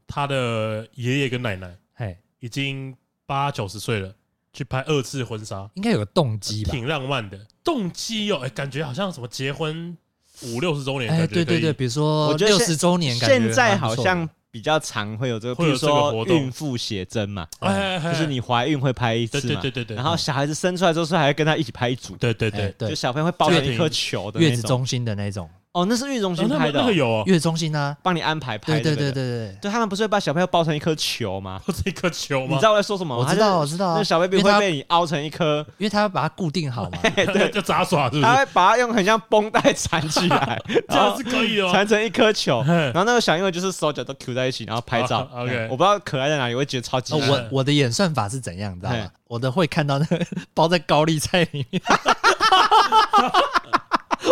Speaker 3: 她的爷爷跟奶奶
Speaker 4: 嘿，
Speaker 3: 已经八九十岁了，去拍二次婚纱，
Speaker 4: 应该有个动机吧？
Speaker 3: 挺浪漫的。动机哦，哎，感觉好像什么结婚五六十周年，
Speaker 4: 哎，
Speaker 3: 感觉
Speaker 4: 对对
Speaker 3: 可以
Speaker 4: 对，，比如说
Speaker 2: 我觉得
Speaker 4: 六
Speaker 2: 现
Speaker 4: 十周年，感觉
Speaker 2: 现在
Speaker 4: 蛮不
Speaker 2: 好
Speaker 4: 错的
Speaker 2: 像比较常会有这个，
Speaker 3: 会
Speaker 2: 比
Speaker 3: 有
Speaker 2: 如
Speaker 3: 这个
Speaker 2: 说
Speaker 3: 活动
Speaker 2: 孕妇写真嘛，
Speaker 3: 哎哎哎
Speaker 2: 就是你怀孕会拍一次
Speaker 3: 对对
Speaker 2: 嘛，
Speaker 3: 对对对，
Speaker 2: 然后小孩子生出来之后是还会跟他一起拍一组，
Speaker 3: 对对
Speaker 4: 哎
Speaker 3: 对，
Speaker 2: 就
Speaker 4: 对
Speaker 2: 小朋友会包成一颗球的那
Speaker 4: 月子
Speaker 2: 种。
Speaker 4: 中心的那种
Speaker 2: 哦，那是月子中
Speaker 3: 哦
Speaker 2: 心
Speaker 3: 那
Speaker 2: 拍
Speaker 3: 么
Speaker 2: 的哦
Speaker 3: 那个，有哦，
Speaker 4: 月子中心啊，
Speaker 2: 帮你安排拍
Speaker 4: 对
Speaker 2: 的。
Speaker 4: 对
Speaker 2: 对
Speaker 4: 对对对，
Speaker 2: 对他们不是会把小朋友包成一颗球吗？
Speaker 3: 不是一颗哦球
Speaker 2: 你
Speaker 3: 吗
Speaker 2: 知？道我在说什么吗？
Speaker 4: 我知
Speaker 2: 他
Speaker 4: 道
Speaker 2: 就
Speaker 4: 我知道
Speaker 2: 那
Speaker 4: 啊，
Speaker 2: 小 baby
Speaker 4: 因为
Speaker 2: 会
Speaker 4: 它
Speaker 2: 被你凹成一颗，
Speaker 4: 因为他要把它固定好嘛，
Speaker 3: 对，叫杂耍是不是
Speaker 2: 他？会把它用很像绷带缠起来，
Speaker 3: 这
Speaker 2: 然
Speaker 3: 样
Speaker 2: 后
Speaker 3: 是可以的吗？
Speaker 2: 缠成一颗球。
Speaker 3: 哦嘿
Speaker 2: 然后那个小婴儿就是手脚都 Q 在一起，然后拍照。哎
Speaker 3: 哦，OK
Speaker 2: 我不知道可爱在哪里，我会觉得超级
Speaker 4: 哦，
Speaker 2: 可爱。
Speaker 4: 我我的演算法是怎样，你知道
Speaker 2: 嘿
Speaker 4: 吗？我的会看到那个 包在高丽菜里面，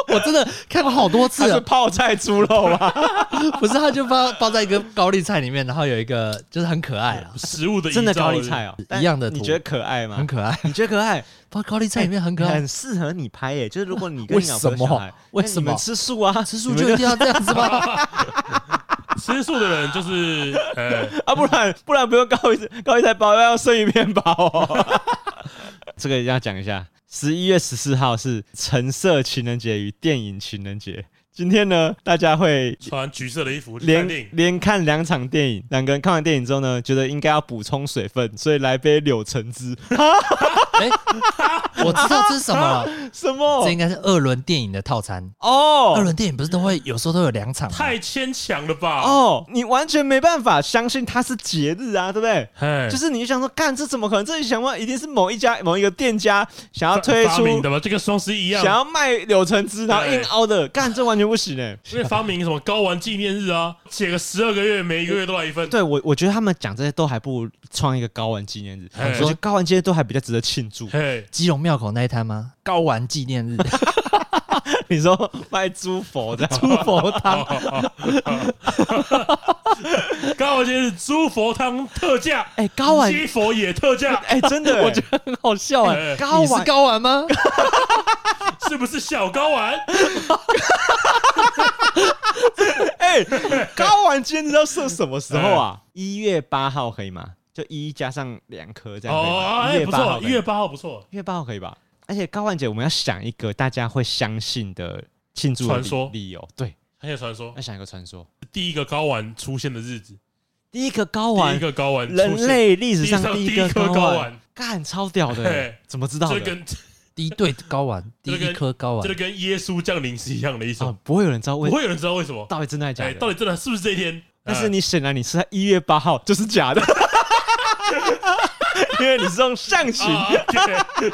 Speaker 4: 我真的看过好
Speaker 2: 它
Speaker 4: 多次
Speaker 2: 是
Speaker 4: 了，
Speaker 2: 泡菜猪肉啊吗？
Speaker 4: 不是他就包包在一个高丽菜里面，然后有一个就是很可爱啊，
Speaker 3: 食物的
Speaker 2: 真的
Speaker 3: 营造
Speaker 2: 高丽菜哦， 但
Speaker 4: 一样的图
Speaker 2: 你觉得可爱吗
Speaker 4: 很？可爱，
Speaker 2: 你觉得可爱？
Speaker 4: 包高丽菜里面很可爱，
Speaker 2: 哎很适合你拍耶。就是如果你跟你老婆有小孩，
Speaker 4: 为
Speaker 2: 那
Speaker 4: 什么为什
Speaker 2: 你
Speaker 4: 么
Speaker 2: 们吃素啊？
Speaker 4: 吃素
Speaker 2: 你们
Speaker 4: 就一定要这样子吗？
Speaker 3: 吃素的人就是呃，
Speaker 2: 啊，不 然不然不用高一高一菜包，要用生鱼片包哦。 这个一定要讲一下，十一月十四号是橙色情人节与电影情人节。今天呢，大家会
Speaker 3: 穿橘色的衣服去看
Speaker 2: 连
Speaker 3: 电影，
Speaker 2: 连看两场电影，两个人看完电影之后呢，觉得应该要补充水分，所以来杯柳橙汁。
Speaker 4: 哎，我知道这是什么了，
Speaker 2: 什么
Speaker 4: 这？应该是二轮电影的套餐。二
Speaker 2: 哦
Speaker 4: 轮电影不是都会有时候都有两场吗，
Speaker 3: 太牵强了吧？
Speaker 2: 哦，你完全没办法相信它是节日啊，对不对？
Speaker 3: 哎
Speaker 2: 就是你就想说，干这怎么可能？这你想问，一定是某一家某一个店家想要推
Speaker 3: 发明
Speaker 2: 出
Speaker 3: 的嘛，就跟双十一一样
Speaker 2: 想，要卖柳橙汁，然后硬凹的，干这完全不行哎、
Speaker 3: 因为发明什么睾丸纪念日啊，写个十二个月，每一个月都来一份。
Speaker 2: 对我，我觉得他们讲这些都还不如创一个高玩纪念日。
Speaker 3: 哎
Speaker 2: 我觉得高玩纪念日都还比较值得庆 祝。
Speaker 3: 嘿，
Speaker 4: 基隆庙口那一摊吗？高玩纪念 日
Speaker 2: 你说卖猪佛这样，
Speaker 4: 猪佛汤，
Speaker 3: 刚好今天是猪佛汤特价，
Speaker 2: 哎、高玩，
Speaker 3: 西佛也特价，
Speaker 2: 哎、真 的、
Speaker 4: 我觉得很好笑哎、
Speaker 3: 哎
Speaker 2: 高
Speaker 4: 你是
Speaker 2: 玩
Speaker 4: 高玩吗？
Speaker 3: 是不是小睾 丸？
Speaker 2: 哎、 高玩纪念日要设什么时候 啊？一月八号可以吗？就一加上两颗这样可以
Speaker 3: 哦，
Speaker 2: 吗？一
Speaker 3: 哎，
Speaker 2: 月
Speaker 3: 不
Speaker 2: 八号
Speaker 3: 错，
Speaker 2: 可
Speaker 3: 一
Speaker 2: 以吗，
Speaker 3: 月八号不错，
Speaker 2: 一月八号可以吧？而且高玩节我们要想一个大家会相信的庆祝的
Speaker 3: 传说
Speaker 2: 理理由，对，
Speaker 3: 很有传说
Speaker 2: 要，想一个传说。
Speaker 3: 第一个睾丸出现的日子，
Speaker 2: 第一个高
Speaker 3: 第一
Speaker 2: 玩，
Speaker 3: 个睾丸出现，
Speaker 2: 人类历史上第
Speaker 3: 第
Speaker 2: 一
Speaker 3: 一个
Speaker 2: 个
Speaker 3: 高
Speaker 2: 高
Speaker 3: 玩
Speaker 2: 玩，干超屌的欸
Speaker 3: 嘿，
Speaker 2: 怎么知道
Speaker 3: 这
Speaker 2: 的？
Speaker 3: 跟
Speaker 4: 第一对高玩，第
Speaker 3: 这个
Speaker 4: 一颗高
Speaker 3: 这
Speaker 4: 玩
Speaker 3: 个，跟耶稣降临是一样的意思
Speaker 2: 哦
Speaker 3: 吗，，
Speaker 2: 不会有人知道
Speaker 3: 不
Speaker 2: 为
Speaker 3: 会有人知道为什么。
Speaker 2: 到底真啊的还是
Speaker 3: 哎，
Speaker 2: 假
Speaker 3: 到
Speaker 2: 的。
Speaker 3: 底真的是不是这一天？哎
Speaker 2: 但是你显然你是在一月八号，就是假 的，因为你是用象形，
Speaker 3: 啊，对，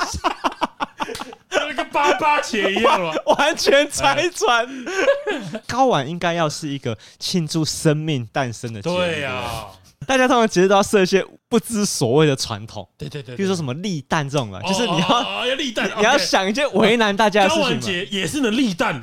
Speaker 3: 那跟八八节一样嘛。
Speaker 2: 完全拆穿。高玩应该要是一个庆祝生命诞生的节日，
Speaker 3: 对啊呀、
Speaker 2: 不对啊大家通常节日都要设一些不知所谓的传统，
Speaker 3: 对对对
Speaker 2: 比如说
Speaker 3: 么，
Speaker 2: 什么立蛋这种的，
Speaker 3: 哦
Speaker 2: 就是你
Speaker 3: 哦
Speaker 2: 要
Speaker 3: 哦哦要立蛋，
Speaker 2: 你要
Speaker 3: OK
Speaker 2: 想一些为难大家的
Speaker 3: 高
Speaker 2: 事
Speaker 3: 完
Speaker 2: 情
Speaker 3: 节也是能立蛋，
Speaker 2: 嘛。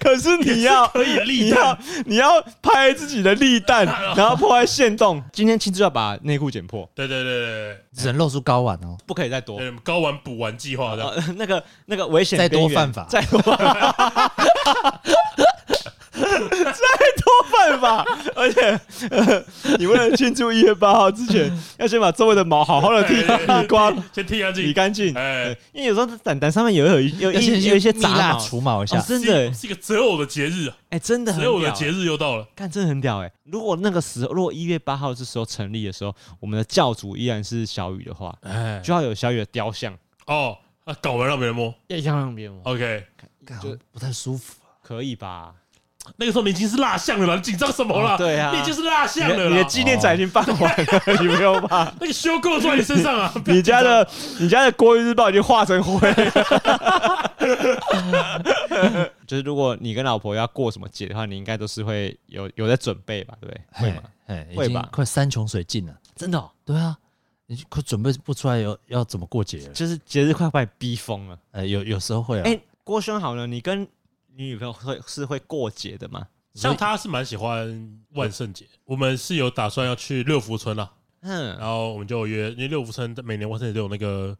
Speaker 2: 可是你要
Speaker 3: 可以
Speaker 2: 你
Speaker 3: 立
Speaker 2: 要
Speaker 3: 蛋，
Speaker 2: 你要拍自己的立 蛋，然后破坏线洞。今天亲自要把内裤剪破，
Speaker 3: 对对对对
Speaker 4: 只能露出高玩哦。
Speaker 2: 不可以再多。
Speaker 3: 对，对高完补完计划的，
Speaker 2: 呃， 那个那个危险
Speaker 4: 再多
Speaker 2: 边缘
Speaker 4: 犯法
Speaker 2: 再 多犯法，再多犯法，而且、 呃你为了庆祝一月八号之前，要先把周围的毛好好的剃
Speaker 3: 哎哎哎
Speaker 2: 剃光、
Speaker 3: 先剃干
Speaker 2: 理
Speaker 3: 净，
Speaker 2: 干净。
Speaker 3: 哎，
Speaker 2: 因为有时候掸掸上面有有有
Speaker 4: 要先
Speaker 2: 一有一些
Speaker 4: 去
Speaker 2: 杂
Speaker 4: 蜜蜡
Speaker 2: 毛，
Speaker 4: 除毛一下
Speaker 2: 哦，真的
Speaker 3: 是是一个择偶的节日啊，
Speaker 2: 哎，真的很
Speaker 3: 择偶的
Speaker 2: 屌
Speaker 3: 节，日又到了，
Speaker 2: 干真的很屌哎！如果那个时候，如果一月八号这时候成立的时候，我们的教主依然是小雨的话，
Speaker 3: 哎，
Speaker 2: 就要有小雨的雕像，
Speaker 3: 哦，啊，睾丸让别人摸
Speaker 2: 要让别人摸，
Speaker 3: ，OK，
Speaker 4: 干
Speaker 2: 就
Speaker 4: 不太舒服。
Speaker 2: 可以吧？
Speaker 3: 那个时候你已经是蜡像了啦，你紧张什么啦？
Speaker 2: 哦对啊
Speaker 3: 你已经是蜡
Speaker 2: 你
Speaker 3: 像
Speaker 2: 的
Speaker 3: 了
Speaker 2: 你的
Speaker 3: 啦，
Speaker 2: 纪念展已经办完了，你没有吧？
Speaker 3: 那个修够在你身上 啊，不要
Speaker 2: 你家
Speaker 3: 紧张
Speaker 2: 的你家的国语日报已经化成灰了。就是如果你跟老婆要过什么节的话，你应该都是会有有在准备吧，对不对？会吗？
Speaker 4: 哎，已
Speaker 2: 会
Speaker 4: 经
Speaker 2: 吧
Speaker 4: 快山穷水尽了。
Speaker 2: 真的、哦，
Speaker 4: 对啊，你就快准备不出来要要怎么过节了。
Speaker 2: 就是节日快把你逼疯了。
Speaker 4: 呃，有有时候会啊
Speaker 2: 哎、。郭轩好了，你跟你女朋友会是会过节的吗？
Speaker 3: 像他是蛮喜欢万圣节，我们是有打算要去六福村啦，
Speaker 2: 嗯，
Speaker 3: 然后我们就约，因为六福村每年万圣节都有那个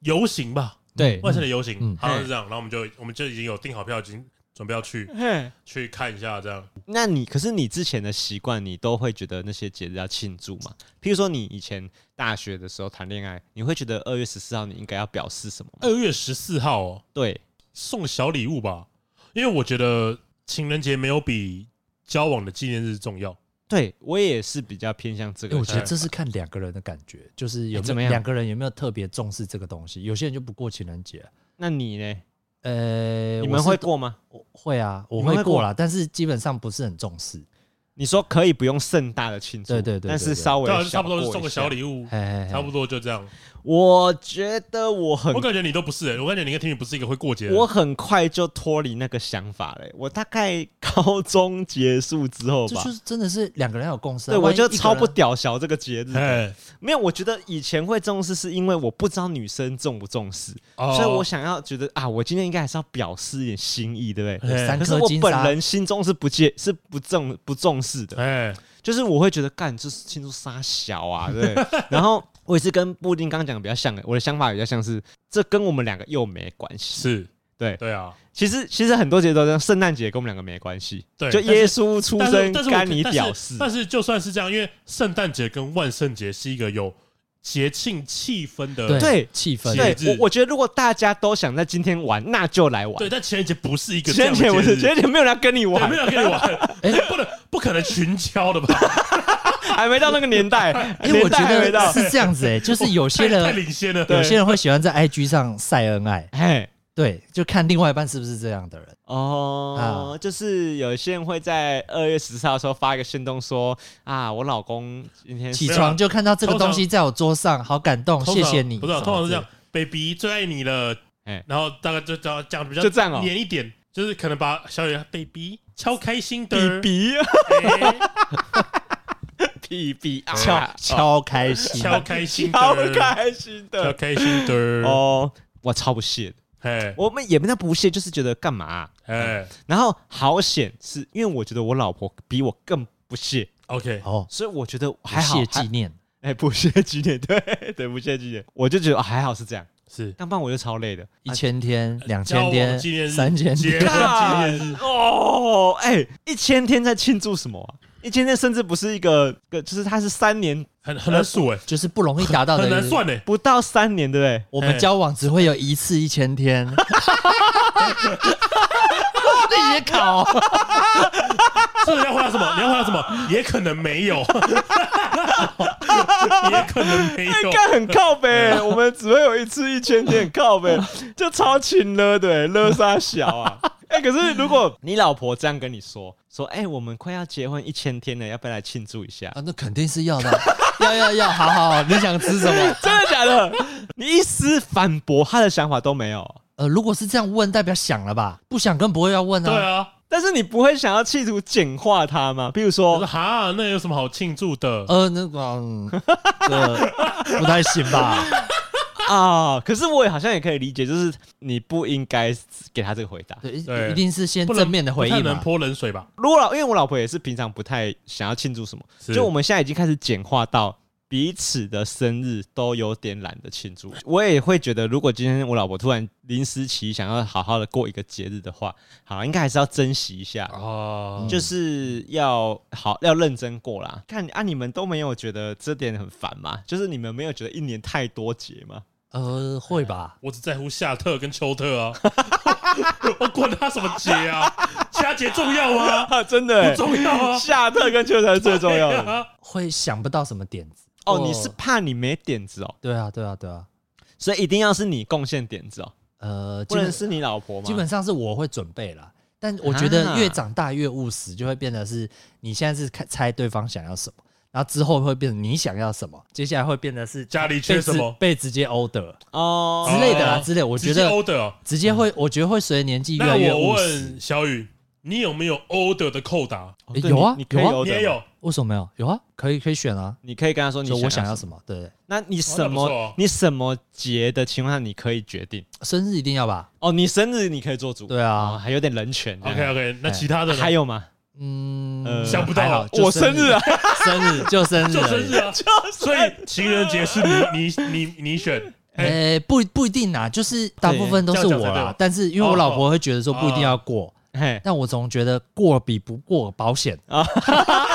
Speaker 3: 游行吧，
Speaker 2: 对，
Speaker 3: 万圣节游行
Speaker 4: 嗯，
Speaker 3: 好像是这样，然后我们就我们就已经有订好票，已经准备要去
Speaker 2: 嗯嘿，
Speaker 3: 去看一下这样。
Speaker 2: 那你可是你之前的习惯，你都会觉得那些节日要庆祝嘛？譬如说你以前大学的时候谈恋爱，你会觉得二月十四号你应该要表示什么吗？
Speaker 3: 二月十四号哦，
Speaker 2: 对，
Speaker 3: 送小礼物吧，因为我觉得情人节没有比交往的纪念日重要。
Speaker 2: 对我也是比较偏向这
Speaker 4: 因为
Speaker 2: 个
Speaker 4: 我
Speaker 2: 想法。
Speaker 4: 觉得这是看两个人的感觉，就是有
Speaker 2: 哎怎么
Speaker 4: 没有
Speaker 2: 样
Speaker 4: 两个人有没有特别重视这个东西。有些人就不过情人节，
Speaker 2: 那你呢？
Speaker 4: 呃，
Speaker 2: 你
Speaker 4: 我
Speaker 2: 们
Speaker 4: 是
Speaker 2: 会过吗？
Speaker 4: 我会啊，我
Speaker 2: 你们
Speaker 4: 会
Speaker 2: 会过
Speaker 4: 过啦，但是基本上不是很重视。
Speaker 2: 你说可以不用盛大的庆祝，
Speaker 4: 对对对对
Speaker 2: 但是
Speaker 4: 对
Speaker 2: 稍微
Speaker 3: 对啊，
Speaker 2: 小
Speaker 3: 差不多是
Speaker 2: 过
Speaker 3: 送
Speaker 2: 一
Speaker 3: 个
Speaker 2: 下
Speaker 3: 小。礼物，
Speaker 4: 哎，
Speaker 3: 差不多就这样。
Speaker 2: 我觉得我很
Speaker 3: 我感觉你都不是、欸，我感觉你跟 Timmy 不是一个会过节的人。
Speaker 2: 我很快就脱离那个想法了欸、我大概高中结束之后
Speaker 4: 这
Speaker 2: 吧
Speaker 4: 就，是真的是两个人要有共识啊。
Speaker 2: 对我
Speaker 4: 万一
Speaker 2: 就
Speaker 4: 一个
Speaker 2: 超不
Speaker 4: 人
Speaker 2: 屌小这个节日的。
Speaker 3: 哎，
Speaker 2: 没有，我觉得以前会重视，是因为我不知道女生重不重视，
Speaker 3: 哦
Speaker 2: 所以我想要觉得啊，我今天应该还是要表示一点心意，对不对？
Speaker 3: 哎
Speaker 4: 三
Speaker 2: 可是
Speaker 4: 颗
Speaker 2: 我
Speaker 4: 金
Speaker 2: 本
Speaker 4: 沙，
Speaker 2: 人心中是不介是不重不重视的，
Speaker 3: 哎，
Speaker 2: 就是我会觉得干这是庆祝杀小啊，对不 对。然后我也是跟布丁刚刚讲的比较像的，我的想法比较像是这跟我们两个又没关系。
Speaker 3: 是
Speaker 2: 对
Speaker 3: 对啊，
Speaker 2: 其实其实很多节日都这样，圣诞节跟我们两个没关系，
Speaker 3: 对
Speaker 2: 就耶稣出
Speaker 3: 但是
Speaker 2: 生
Speaker 3: 但是我
Speaker 2: 干你
Speaker 3: 但是
Speaker 2: 屌事。
Speaker 3: 但是就算是这样，因为圣诞节跟万圣节是一个有节庆气氛的，
Speaker 2: 对
Speaker 4: 气氛，
Speaker 2: 对
Speaker 3: 节日
Speaker 2: 我，我觉得如果大家都想在今天玩，那就来玩。
Speaker 3: 对，但情人节不是一个这
Speaker 2: 前
Speaker 3: 样的
Speaker 2: 天我
Speaker 3: 节
Speaker 2: 是
Speaker 3: 日
Speaker 2: 前天没有人要跟你
Speaker 3: 对
Speaker 2: 玩
Speaker 3: 没，有人跟你玩，哎，不能不可能群交的吧？
Speaker 2: 还没到那个年代，
Speaker 4: 因为
Speaker 2: 年
Speaker 4: 我
Speaker 2: 代
Speaker 4: 觉
Speaker 2: 还没
Speaker 4: 得
Speaker 2: 到。
Speaker 4: 是这样子哎，就是有
Speaker 3: 太
Speaker 4: 些
Speaker 3: 太
Speaker 4: 人
Speaker 3: 领先了，
Speaker 2: 对
Speaker 4: 有些人会喜欢在 IG 上晒恩爱，
Speaker 2: 哎，
Speaker 4: 对，就看另外一半是不是这样的人。
Speaker 2: 哦，
Speaker 4: 啊
Speaker 2: 就是有些人会在二月十四号的时候发一个行动说啊，我老公今天
Speaker 4: 起
Speaker 2: 是
Speaker 3: 没有
Speaker 4: 床就看到这个
Speaker 3: 啊通常
Speaker 4: 东西在我桌上，好感动，
Speaker 3: 通
Speaker 4: 谢
Speaker 3: 常
Speaker 4: 谢你。哦
Speaker 3: 不是啊，
Speaker 4: 什么
Speaker 3: 通常是
Speaker 4: 之
Speaker 3: 这
Speaker 4: 类
Speaker 3: 样，baby 最爱你了，
Speaker 2: 哎
Speaker 3: 然后大概就这样讲比较
Speaker 2: 就这样哦
Speaker 3: 黏一点，就是可能把小雨 baby 超开心
Speaker 2: 比
Speaker 3: 的，
Speaker 2: 比
Speaker 3: 哎
Speaker 2: 比比啊，
Speaker 4: 的，超超开心。
Speaker 3: 超开心的，
Speaker 2: 超开心
Speaker 3: 超
Speaker 2: 的
Speaker 3: 开心的，
Speaker 2: 哦，我超不屑的，
Speaker 3: 哎
Speaker 2: 我们也没那不屑，就是觉得干嘛啊、
Speaker 3: 哎
Speaker 2: 然后好险是因为我觉得我老婆比我更不屑，
Speaker 3: ，OK，
Speaker 4: 哦，
Speaker 2: 所以我觉得还
Speaker 4: 还
Speaker 2: 好
Speaker 4: 谢，
Speaker 2: 还
Speaker 4: 纪念，
Speaker 2: 哎不屑几点，对对 不屑几点，我就觉得、啊还好是这样，
Speaker 3: 是
Speaker 2: 但不然我就超累的，
Speaker 4: 一千天、两
Speaker 3: 呃交
Speaker 4: 千
Speaker 3: 往
Speaker 4: 天
Speaker 3: 纪念、日
Speaker 4: 三千
Speaker 3: 结婚
Speaker 4: 天，
Speaker 3: 纪念日，
Speaker 2: 干 哦，哎、一千天在庆祝什么啊？一千天甚至不是一个个，就是它是三年
Speaker 3: 很很难数哎，
Speaker 4: 就是不容易达到的。
Speaker 3: 很难。算哎，
Speaker 2: 不到三年，对不对？
Speaker 4: 我们交往只会有一次一 千天。 那也考，哦
Speaker 3: 这个要回答什么？你要回答什么？也可能没有，也可能没有
Speaker 2: 应，该 很靠北，我们只会有一次一千天，很靠 北，就超勤了的，勒杀小 啊！哎、可是如果你老婆这样跟你说，说哎、我们快要结婚一千天了，要不要来庆祝一下？
Speaker 4: 啊，那肯定是要的，要要要，好好，好你想吃什么？
Speaker 2: 真的假的？ 你一丝反驳他的想法都没有，
Speaker 4: 呃，如果是这样问，代表想了吧？不想跟不会要问
Speaker 3: 对
Speaker 4: 啊。
Speaker 3: 啊，
Speaker 2: 但是你不会想要企图简化他吗？比如
Speaker 3: 我
Speaker 2: 说
Speaker 3: 说，哈，那有什么好庆祝的？
Speaker 4: 呃，那个、嗯、这不太行吧？
Speaker 2: 啊、可是我也好像也可以理解，就是你不应该给他这个回答。
Speaker 4: 对，一
Speaker 3: 对
Speaker 4: 一定是先
Speaker 3: 不能
Speaker 4: 正面的回
Speaker 3: 不
Speaker 4: 应
Speaker 3: 太能
Speaker 4: 嘛。
Speaker 3: 泼冷水吧？
Speaker 2: 如果老，因为我老婆也是平常不太想要庆祝什么，
Speaker 3: 是
Speaker 2: 就我们现在已经开始简化到彼此的生日都有点懒得庆祝。我也会觉得，如果今天我老婆突然临时起意想要好好的过一个节日的话，好，应该还是要珍惜一下。嗯
Speaker 3: 哦，
Speaker 2: 就是要好要认真过啦，看啊，你们都没有觉得这点很烦吗？就是你们没有觉得一年太多节吗？
Speaker 4: 呃，会吧？
Speaker 3: 我只在乎夏特跟秋特啊， 我管他什么节啊，其他节重要吗？
Speaker 2: 啊， 真的、
Speaker 3: 不
Speaker 2: 欸，
Speaker 3: 重要啊，
Speaker 2: 夏特跟秋才是最重 要的。
Speaker 3: 啊，
Speaker 4: 会想不到什么点子。
Speaker 2: 哦，你是怕你没点子哦，
Speaker 4: 对啊，对啊，对啊。
Speaker 2: 所以一定要是你贡献点子哦，
Speaker 4: 呃，基
Speaker 2: 不能
Speaker 4: 本
Speaker 2: 是你老婆吗？
Speaker 4: 基本上是我会准备啦，但我觉得
Speaker 2: 啊
Speaker 4: 越长大越务实，就会变得是你现在是看猜对方想要什么，然后之后会变成你想要什么，接下来会变得是
Speaker 3: 家里缺
Speaker 4: 被
Speaker 3: 什
Speaker 4: 直
Speaker 3: 么
Speaker 4: 被直接 order
Speaker 2: 哦
Speaker 4: 之类的啦，
Speaker 3: 哦
Speaker 4: 之类。哎我觉
Speaker 3: 直接
Speaker 4: 得
Speaker 3: order 哦。
Speaker 4: 直接会，我觉得会随着年纪越
Speaker 3: 那
Speaker 4: 来越
Speaker 3: 我
Speaker 4: 务实
Speaker 3: 问。小雨，你有没有 order 的扣打？
Speaker 2: 哦
Speaker 4: 诶
Speaker 2: 对
Speaker 4: 有啊
Speaker 2: 你你可以
Speaker 4: 有啊
Speaker 2: 有的
Speaker 3: 你也有，
Speaker 4: 为什么没有？有啊，可以可以选啊。
Speaker 2: 你可以跟他说你
Speaker 4: 就我想
Speaker 2: 要
Speaker 4: 要
Speaker 2: 什么，
Speaker 4: 什么？对，
Speaker 2: 那你什
Speaker 3: 那不错
Speaker 2: 么
Speaker 3: 哦
Speaker 2: 你什么节的情况下你可以决定
Speaker 4: 生日一定要吧？
Speaker 2: 哦，你生日你可以做主，
Speaker 4: 对
Speaker 2: 啊，
Speaker 4: 啊，
Speaker 2: 还有点人权这样
Speaker 3: OK OK，那其他的呢
Speaker 2: 哎还？有吗？
Speaker 4: 嗯，
Speaker 2: 呃
Speaker 3: 想不到
Speaker 4: 还好就
Speaker 2: 我生日啊，
Speaker 4: 生日就生日
Speaker 3: 就
Speaker 4: 而已，呃
Speaker 3: 生日啊，所以情人节是你你你你选，哎，
Speaker 4: 诶、不不一定啦，就是大部分都是
Speaker 3: 这样
Speaker 4: 我
Speaker 3: 讲才对
Speaker 4: 啦
Speaker 3: 吧。哦
Speaker 4: 但是因为我老婆会觉得说不一定要过，
Speaker 2: 嘿，
Speaker 4: 但我总觉得过比不过保险
Speaker 2: 啊
Speaker 4: 啊，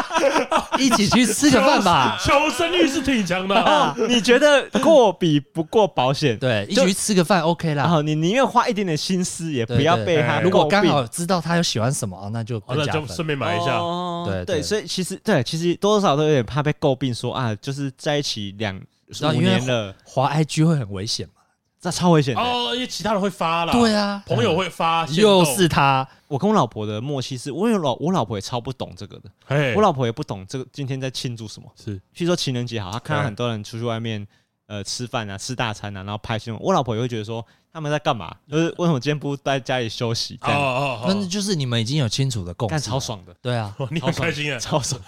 Speaker 4: 一起去吃个饭 吧。
Speaker 3: 求生欲是挺强的啊，
Speaker 2: 哦，你觉得过比不过保险？
Speaker 4: 对，一
Speaker 2: 就
Speaker 4: 啊起去吃个饭 OK
Speaker 2: 然
Speaker 4: 啦。
Speaker 2: 后你宁愿花一点点心思，也
Speaker 4: 对
Speaker 2: 不要
Speaker 4: 对
Speaker 2: 被他
Speaker 3: 哎
Speaker 2: 诟病。
Speaker 4: 如果刚好知道他又喜欢什么，啊那就
Speaker 3: 好
Speaker 4: 更
Speaker 3: 那
Speaker 4: 加
Speaker 3: 就
Speaker 4: 分。
Speaker 3: 顺便买一下，
Speaker 2: 哦
Speaker 4: 对
Speaker 2: 对，
Speaker 4: 对
Speaker 2: 所以其实对，其实多多少少都有点怕被诟病说啊，就是在一起两
Speaker 4: 道
Speaker 2: 五
Speaker 4: 因为
Speaker 2: 年了，
Speaker 4: 滑 IG 会很危险嘛？
Speaker 2: 这超危险的。
Speaker 3: 哦，因为其他人会发啦，
Speaker 4: 对，啊，
Speaker 3: 朋友会发，限
Speaker 4: 又
Speaker 3: 动
Speaker 4: 是他，
Speaker 2: 我跟我老婆的默契是，我有老我老婆也超不懂这个的，
Speaker 3: 哎
Speaker 2: 我老婆也不懂这个今天在庆祝什么。
Speaker 3: 是
Speaker 2: 譬如说情人节好，她看到
Speaker 3: 对
Speaker 2: 很多人出去外面呃吃饭啊、吃大餐啊，然后拍新闻，我老婆也会觉得说他们在干嘛？就是为什么今天不在家里休息？
Speaker 3: 哦
Speaker 2: 这样
Speaker 3: 哦
Speaker 4: 那
Speaker 3: 哦，
Speaker 4: 就是你们已经有清楚的共
Speaker 2: 干
Speaker 4: 识
Speaker 2: 超
Speaker 4: 了。
Speaker 2: 爽的，
Speaker 4: 对啊，
Speaker 3: 哦你很开心啊，
Speaker 2: 超爽，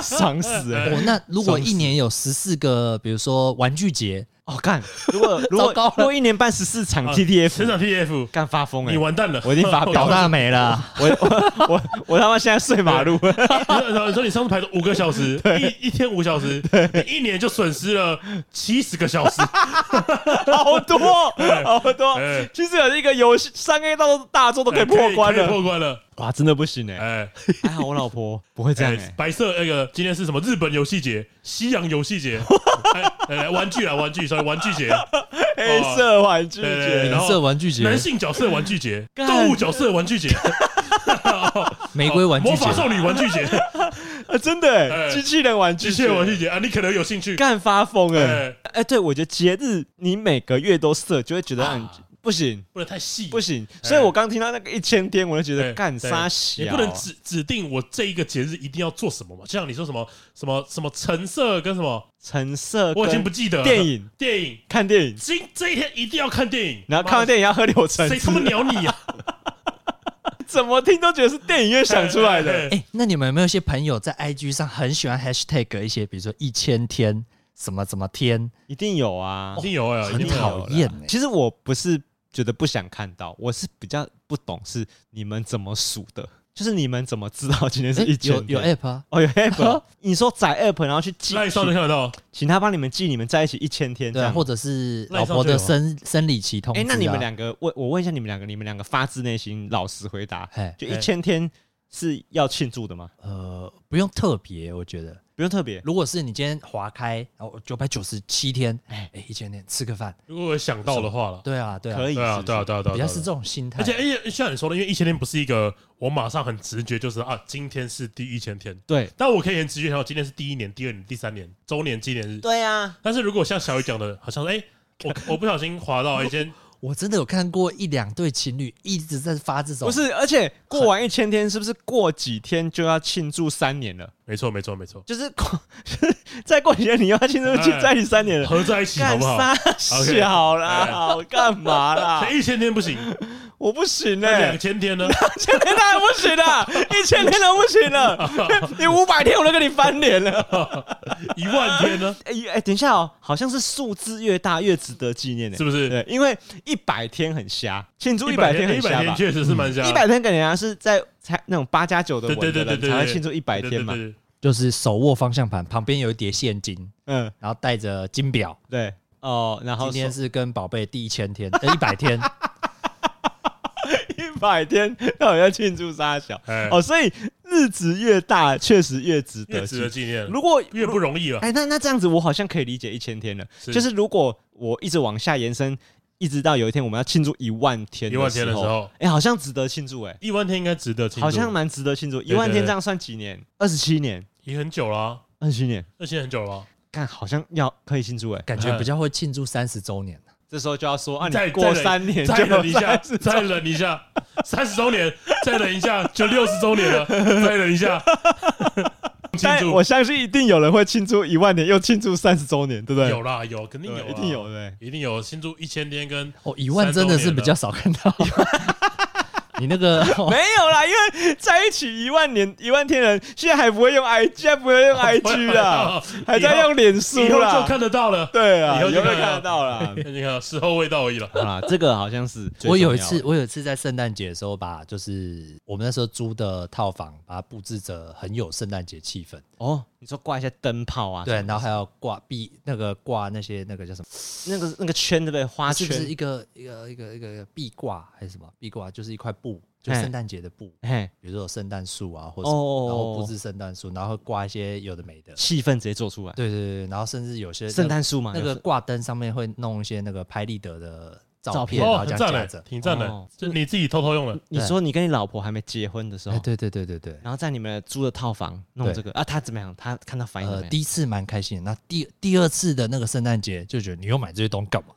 Speaker 2: 爽死 了！
Speaker 4: 我那如果
Speaker 2: 爽
Speaker 4: 一
Speaker 2: 死
Speaker 4: 年有十四个，比如说玩 具节，
Speaker 2: 哦，干，如果如果
Speaker 4: 糟糕了
Speaker 2: 如果一年办十四场
Speaker 3: 啊成
Speaker 2: TTF，
Speaker 3: 长 PF，
Speaker 2: 干发疯哎、
Speaker 3: 你
Speaker 2: 欸！我
Speaker 3: 完蛋了，
Speaker 2: 我已经发飙
Speaker 4: 老大没了。
Speaker 2: 我我 我我他妈现在睡马路，
Speaker 3: 你说你说你说你上次排了五个 小时，一一天五小时，你一年就损失了七十个小时，
Speaker 2: 好多 好多
Speaker 3: 哎。
Speaker 2: 其实有一个游戏三 A 大作大作都可以破关
Speaker 3: 可以
Speaker 2: 了，
Speaker 3: 破关了，
Speaker 2: 哇，真的不行哎、
Speaker 3: 哎，
Speaker 2: 还好我老婆不会这样哎、
Speaker 3: 哎白色那个今天是什么？日本游戏节、西洋游 戏节，哎哎，玩具啦，玩具，sorry，玩具节，
Speaker 2: 黑色玩具
Speaker 3: 哦对对对
Speaker 2: 节
Speaker 3: 然后
Speaker 4: 色玩具节，
Speaker 3: 男性角色玩具节、
Speaker 2: 干
Speaker 3: 动物角色玩具节、
Speaker 4: 玫瑰玩具
Speaker 3: 魔
Speaker 4: 节
Speaker 3: 法，少女玩具节、
Speaker 2: 啊，真的、欸，
Speaker 3: 哎
Speaker 2: 机器人玩具
Speaker 3: 机
Speaker 2: 节
Speaker 3: 械玩具节啊，你可能有兴趣。
Speaker 2: 干发疯哎、欸！
Speaker 3: 哎，
Speaker 2: 哎、对我觉得节日你每个月都设，就会觉
Speaker 3: 啊
Speaker 2: 得很、不行
Speaker 3: 不能太细，
Speaker 2: 不行，所以我刚听到那个一千天，我就觉得
Speaker 3: 对
Speaker 2: 干
Speaker 3: 哎对
Speaker 2: 啥小、
Speaker 3: 也
Speaker 2: 啊，
Speaker 3: 不能指指定我这一个节日一定要做什么嘛。就像你说什么什么什么橙色跟什么，
Speaker 2: 橙色，
Speaker 3: 我已经不记得了
Speaker 2: 呃电影
Speaker 3: 电影。
Speaker 2: 看电影，
Speaker 3: 今这一天一定要看电影，
Speaker 2: 然后看完电影要喝柳橙
Speaker 3: 妈的谁他妈
Speaker 2: 汁，
Speaker 3: 鸟你啊？
Speaker 2: 怎么听都觉得是电影院想出 来的。
Speaker 4: 哎、那你们有没有一些朋友在 IG 上很喜欢 hashtag 一些，比如说一千天什么什么天，
Speaker 2: 一定有啊
Speaker 3: 一，定有哎，一
Speaker 4: 很
Speaker 3: 定有
Speaker 4: 讨厌欸
Speaker 2: 其实我不是觉得不想看到，我是比较不懂是你们怎么数的，就是你们怎么知道今天是
Speaker 4: 诶
Speaker 2: 一千
Speaker 4: 哎有有
Speaker 2: 天
Speaker 4: app 啊？
Speaker 2: 哦有 app，你说载 app 然后去记，
Speaker 3: 赖上就
Speaker 2: 请
Speaker 3: 看得到，
Speaker 2: 请他帮你们记你们在一起一千天这
Speaker 4: 对啊，
Speaker 2: 样。
Speaker 4: 或者是
Speaker 3: 赖
Speaker 4: 老
Speaker 3: 上
Speaker 4: 婆
Speaker 3: 就有
Speaker 4: 的
Speaker 3: 啊
Speaker 4: 生生理期通知、
Speaker 2: 哎
Speaker 4: 啊。，
Speaker 2: 那你们两个问我问一下你们两个，你们两个发自内心老实回答
Speaker 4: 嘿，
Speaker 2: 就
Speaker 3: 嘿
Speaker 2: 一千天是要庆祝的吗？
Speaker 4: 呃，不用特别，我觉得，
Speaker 2: 不用特别，
Speaker 4: 如果是你今天划开，然后九百九十七天，哎、哎，一千天吃个饭，
Speaker 3: 如果我想到的话了，
Speaker 4: 对啊，对啊，
Speaker 2: 可以
Speaker 3: 对啊，
Speaker 2: 是不是
Speaker 3: 对啊，对啊，对啊，
Speaker 4: 比较是这种心态。
Speaker 3: 而且，而且像你说的，因为一千天不是一个我马上很直觉就是啊，今天是第一千天，
Speaker 4: 啊
Speaker 2: 对
Speaker 3: 但我可以很直觉想到今天是第一年、第二年、第三年、周年纪念日。
Speaker 2: 对啊，
Speaker 3: 但是如果像小雨讲的，好像 哎、我我不小心滑到一间，
Speaker 4: 我真的有看过一两对情侣一直在发这种，
Speaker 2: 不是，而且过完一千天，是不是过几天就要庆祝三年了？
Speaker 3: 没错，没错，没错，
Speaker 2: 就是 过，再过几天你又要庆祝庆
Speaker 3: 哎
Speaker 2: 在一起三年了，
Speaker 3: 合在一起好
Speaker 2: 干
Speaker 3: 不好？哎
Speaker 2: 啥小啦？干嘛啦
Speaker 3: 所？以一千天不行，
Speaker 2: 我不行
Speaker 3: 那
Speaker 2: 哎
Speaker 3: 两，千天 呢？
Speaker 2: 一千天当然不行 了，一千天都不行了，你五百天我都跟你翻脸了。
Speaker 3: 一万天呢？
Speaker 2: 哎哎，等一下哦，好像是数字越大越值得纪念呢，
Speaker 3: 是不是
Speaker 2: 对，因为一百天很瞎，庆祝一
Speaker 3: 一
Speaker 2: 百
Speaker 3: 百
Speaker 2: 天
Speaker 3: 天，
Speaker 2: 很
Speaker 3: 一百
Speaker 2: 瞎
Speaker 3: 天
Speaker 2: 吧？
Speaker 3: 确实是蛮像的，
Speaker 2: 一百天感觉好像是在才那种八加九的
Speaker 3: 对
Speaker 2: 文
Speaker 3: 对对
Speaker 2: 的
Speaker 3: 对
Speaker 2: 人
Speaker 3: 对，
Speaker 2: 才会
Speaker 3: 对
Speaker 2: 庆祝一百
Speaker 3: 对
Speaker 2: 天嘛
Speaker 3: 对。对对
Speaker 4: 就是手握方向盘，旁边有一叠现金，
Speaker 2: 嗯，
Speaker 4: 然后带着金表，
Speaker 2: 对，哦，然后
Speaker 4: 今天
Speaker 2: 说
Speaker 4: 是跟宝贝第一千天，呃，一百天。
Speaker 2: 一百天，那我要庆祝沙小
Speaker 3: 哎
Speaker 2: 哦，所以日子越大，确实越值
Speaker 3: 越
Speaker 2: 得
Speaker 3: 值得
Speaker 2: 庆
Speaker 3: 纪念
Speaker 2: 祝。，如果
Speaker 3: 越不容易啊了。
Speaker 2: 哎，那那这样子，我好像可以理解一千天了。
Speaker 3: 是
Speaker 2: 就是如果我一直往下延伸，一直到有一天我们要庆祝一万天，
Speaker 3: 一万天的时
Speaker 2: 候
Speaker 3: 候，
Speaker 2: 哎，好像值得庆祝，哎，
Speaker 3: 一万天应该值得庆祝，
Speaker 2: 好像蛮值得庆祝。一
Speaker 3: 对
Speaker 2: 万天
Speaker 3: 对
Speaker 2: 这样算几年？二十七年，
Speaker 3: 也很久了啊，
Speaker 2: 二十七年，
Speaker 3: 二千很久了啊。
Speaker 2: 看好像要可以庆祝，哎，
Speaker 4: 感觉比较会庆祝三十周 年。
Speaker 2: 这时候就要说啊，
Speaker 3: 再
Speaker 2: 你过三年
Speaker 3: 再
Speaker 2: 就
Speaker 3: 忍一下，
Speaker 2: 30
Speaker 3: 再忍一下，三十周年，再忍一下就六十周年了，再忍一下。 庆
Speaker 2: 但
Speaker 3: 祝
Speaker 2: 我相信一定有人会庆祝一万年，又庆祝三十周年，对不对？
Speaker 3: 有啦，有肯定有啊
Speaker 2: 对
Speaker 3: 啦，
Speaker 2: 一定有的。
Speaker 4: 哦
Speaker 3: 一定有庆祝一千天跟
Speaker 4: 哦，一万真的是比较少看到。你那个
Speaker 2: 没有啦，因为在一起一万年一万天人，现在还不会用 I，现哦在不会用 IG 啦，还在用脸书
Speaker 3: 哎以后就
Speaker 2: 啦。
Speaker 3: 看得到了。
Speaker 2: 对啊，
Speaker 3: 以后就
Speaker 2: 有没有
Speaker 3: 看
Speaker 2: 看得到啦？
Speaker 3: 你看，时候未到而已了。
Speaker 2: 啊，这个 好像是最
Speaker 4: 我有
Speaker 2: 重
Speaker 4: 一
Speaker 2: 要
Speaker 4: 次，
Speaker 2: 的
Speaker 4: 我有一次在圣诞节的时候把就是我们那时候租的套房，把它布置着很有圣诞节气氛。
Speaker 2: 哦，你说挂一些灯泡啊，
Speaker 4: 对，
Speaker 2: 什么
Speaker 4: 然后还要挂壁那个挂那些那个叫什么？啊
Speaker 2: 那个那个圈对不对？花
Speaker 4: 是
Speaker 2: 圈
Speaker 4: 不是一个一个一个一个壁挂还是什么壁挂？就是一块布，就
Speaker 2: 哎
Speaker 4: 圣诞节的布，
Speaker 2: 嘿，
Speaker 4: 比如说有圣诞树啊，或者
Speaker 2: 哦
Speaker 4: 然后布置圣诞树，然后挂一些有的没的。
Speaker 2: 气氛直接做出来。
Speaker 4: 对对对，对然后甚至有些那
Speaker 2: 圣诞树嘛，
Speaker 4: 那
Speaker 2: 有
Speaker 4: 个挂灯上面会弄一些那个拍立得的照
Speaker 2: 照
Speaker 4: 片，
Speaker 2: 片
Speaker 4: 然
Speaker 3: 哦，
Speaker 4: 后啊
Speaker 3: 很
Speaker 4: 这样
Speaker 3: 赞
Speaker 4: 夹
Speaker 3: 的
Speaker 4: 着，。
Speaker 3: 挺赞的
Speaker 2: 哦。
Speaker 3: 就你自己偷偷用了，
Speaker 2: 你说你跟你老婆还没结婚的时候
Speaker 4: 哎，，对对对对对。
Speaker 2: 然后在你们租的套房弄这个啊，他怎么样？他看到反应怎
Speaker 4: 呃
Speaker 2: 么，样？
Speaker 4: 第一次蛮开心的，那第第二次的那个圣诞节就觉得你又买这些东西干 嘛？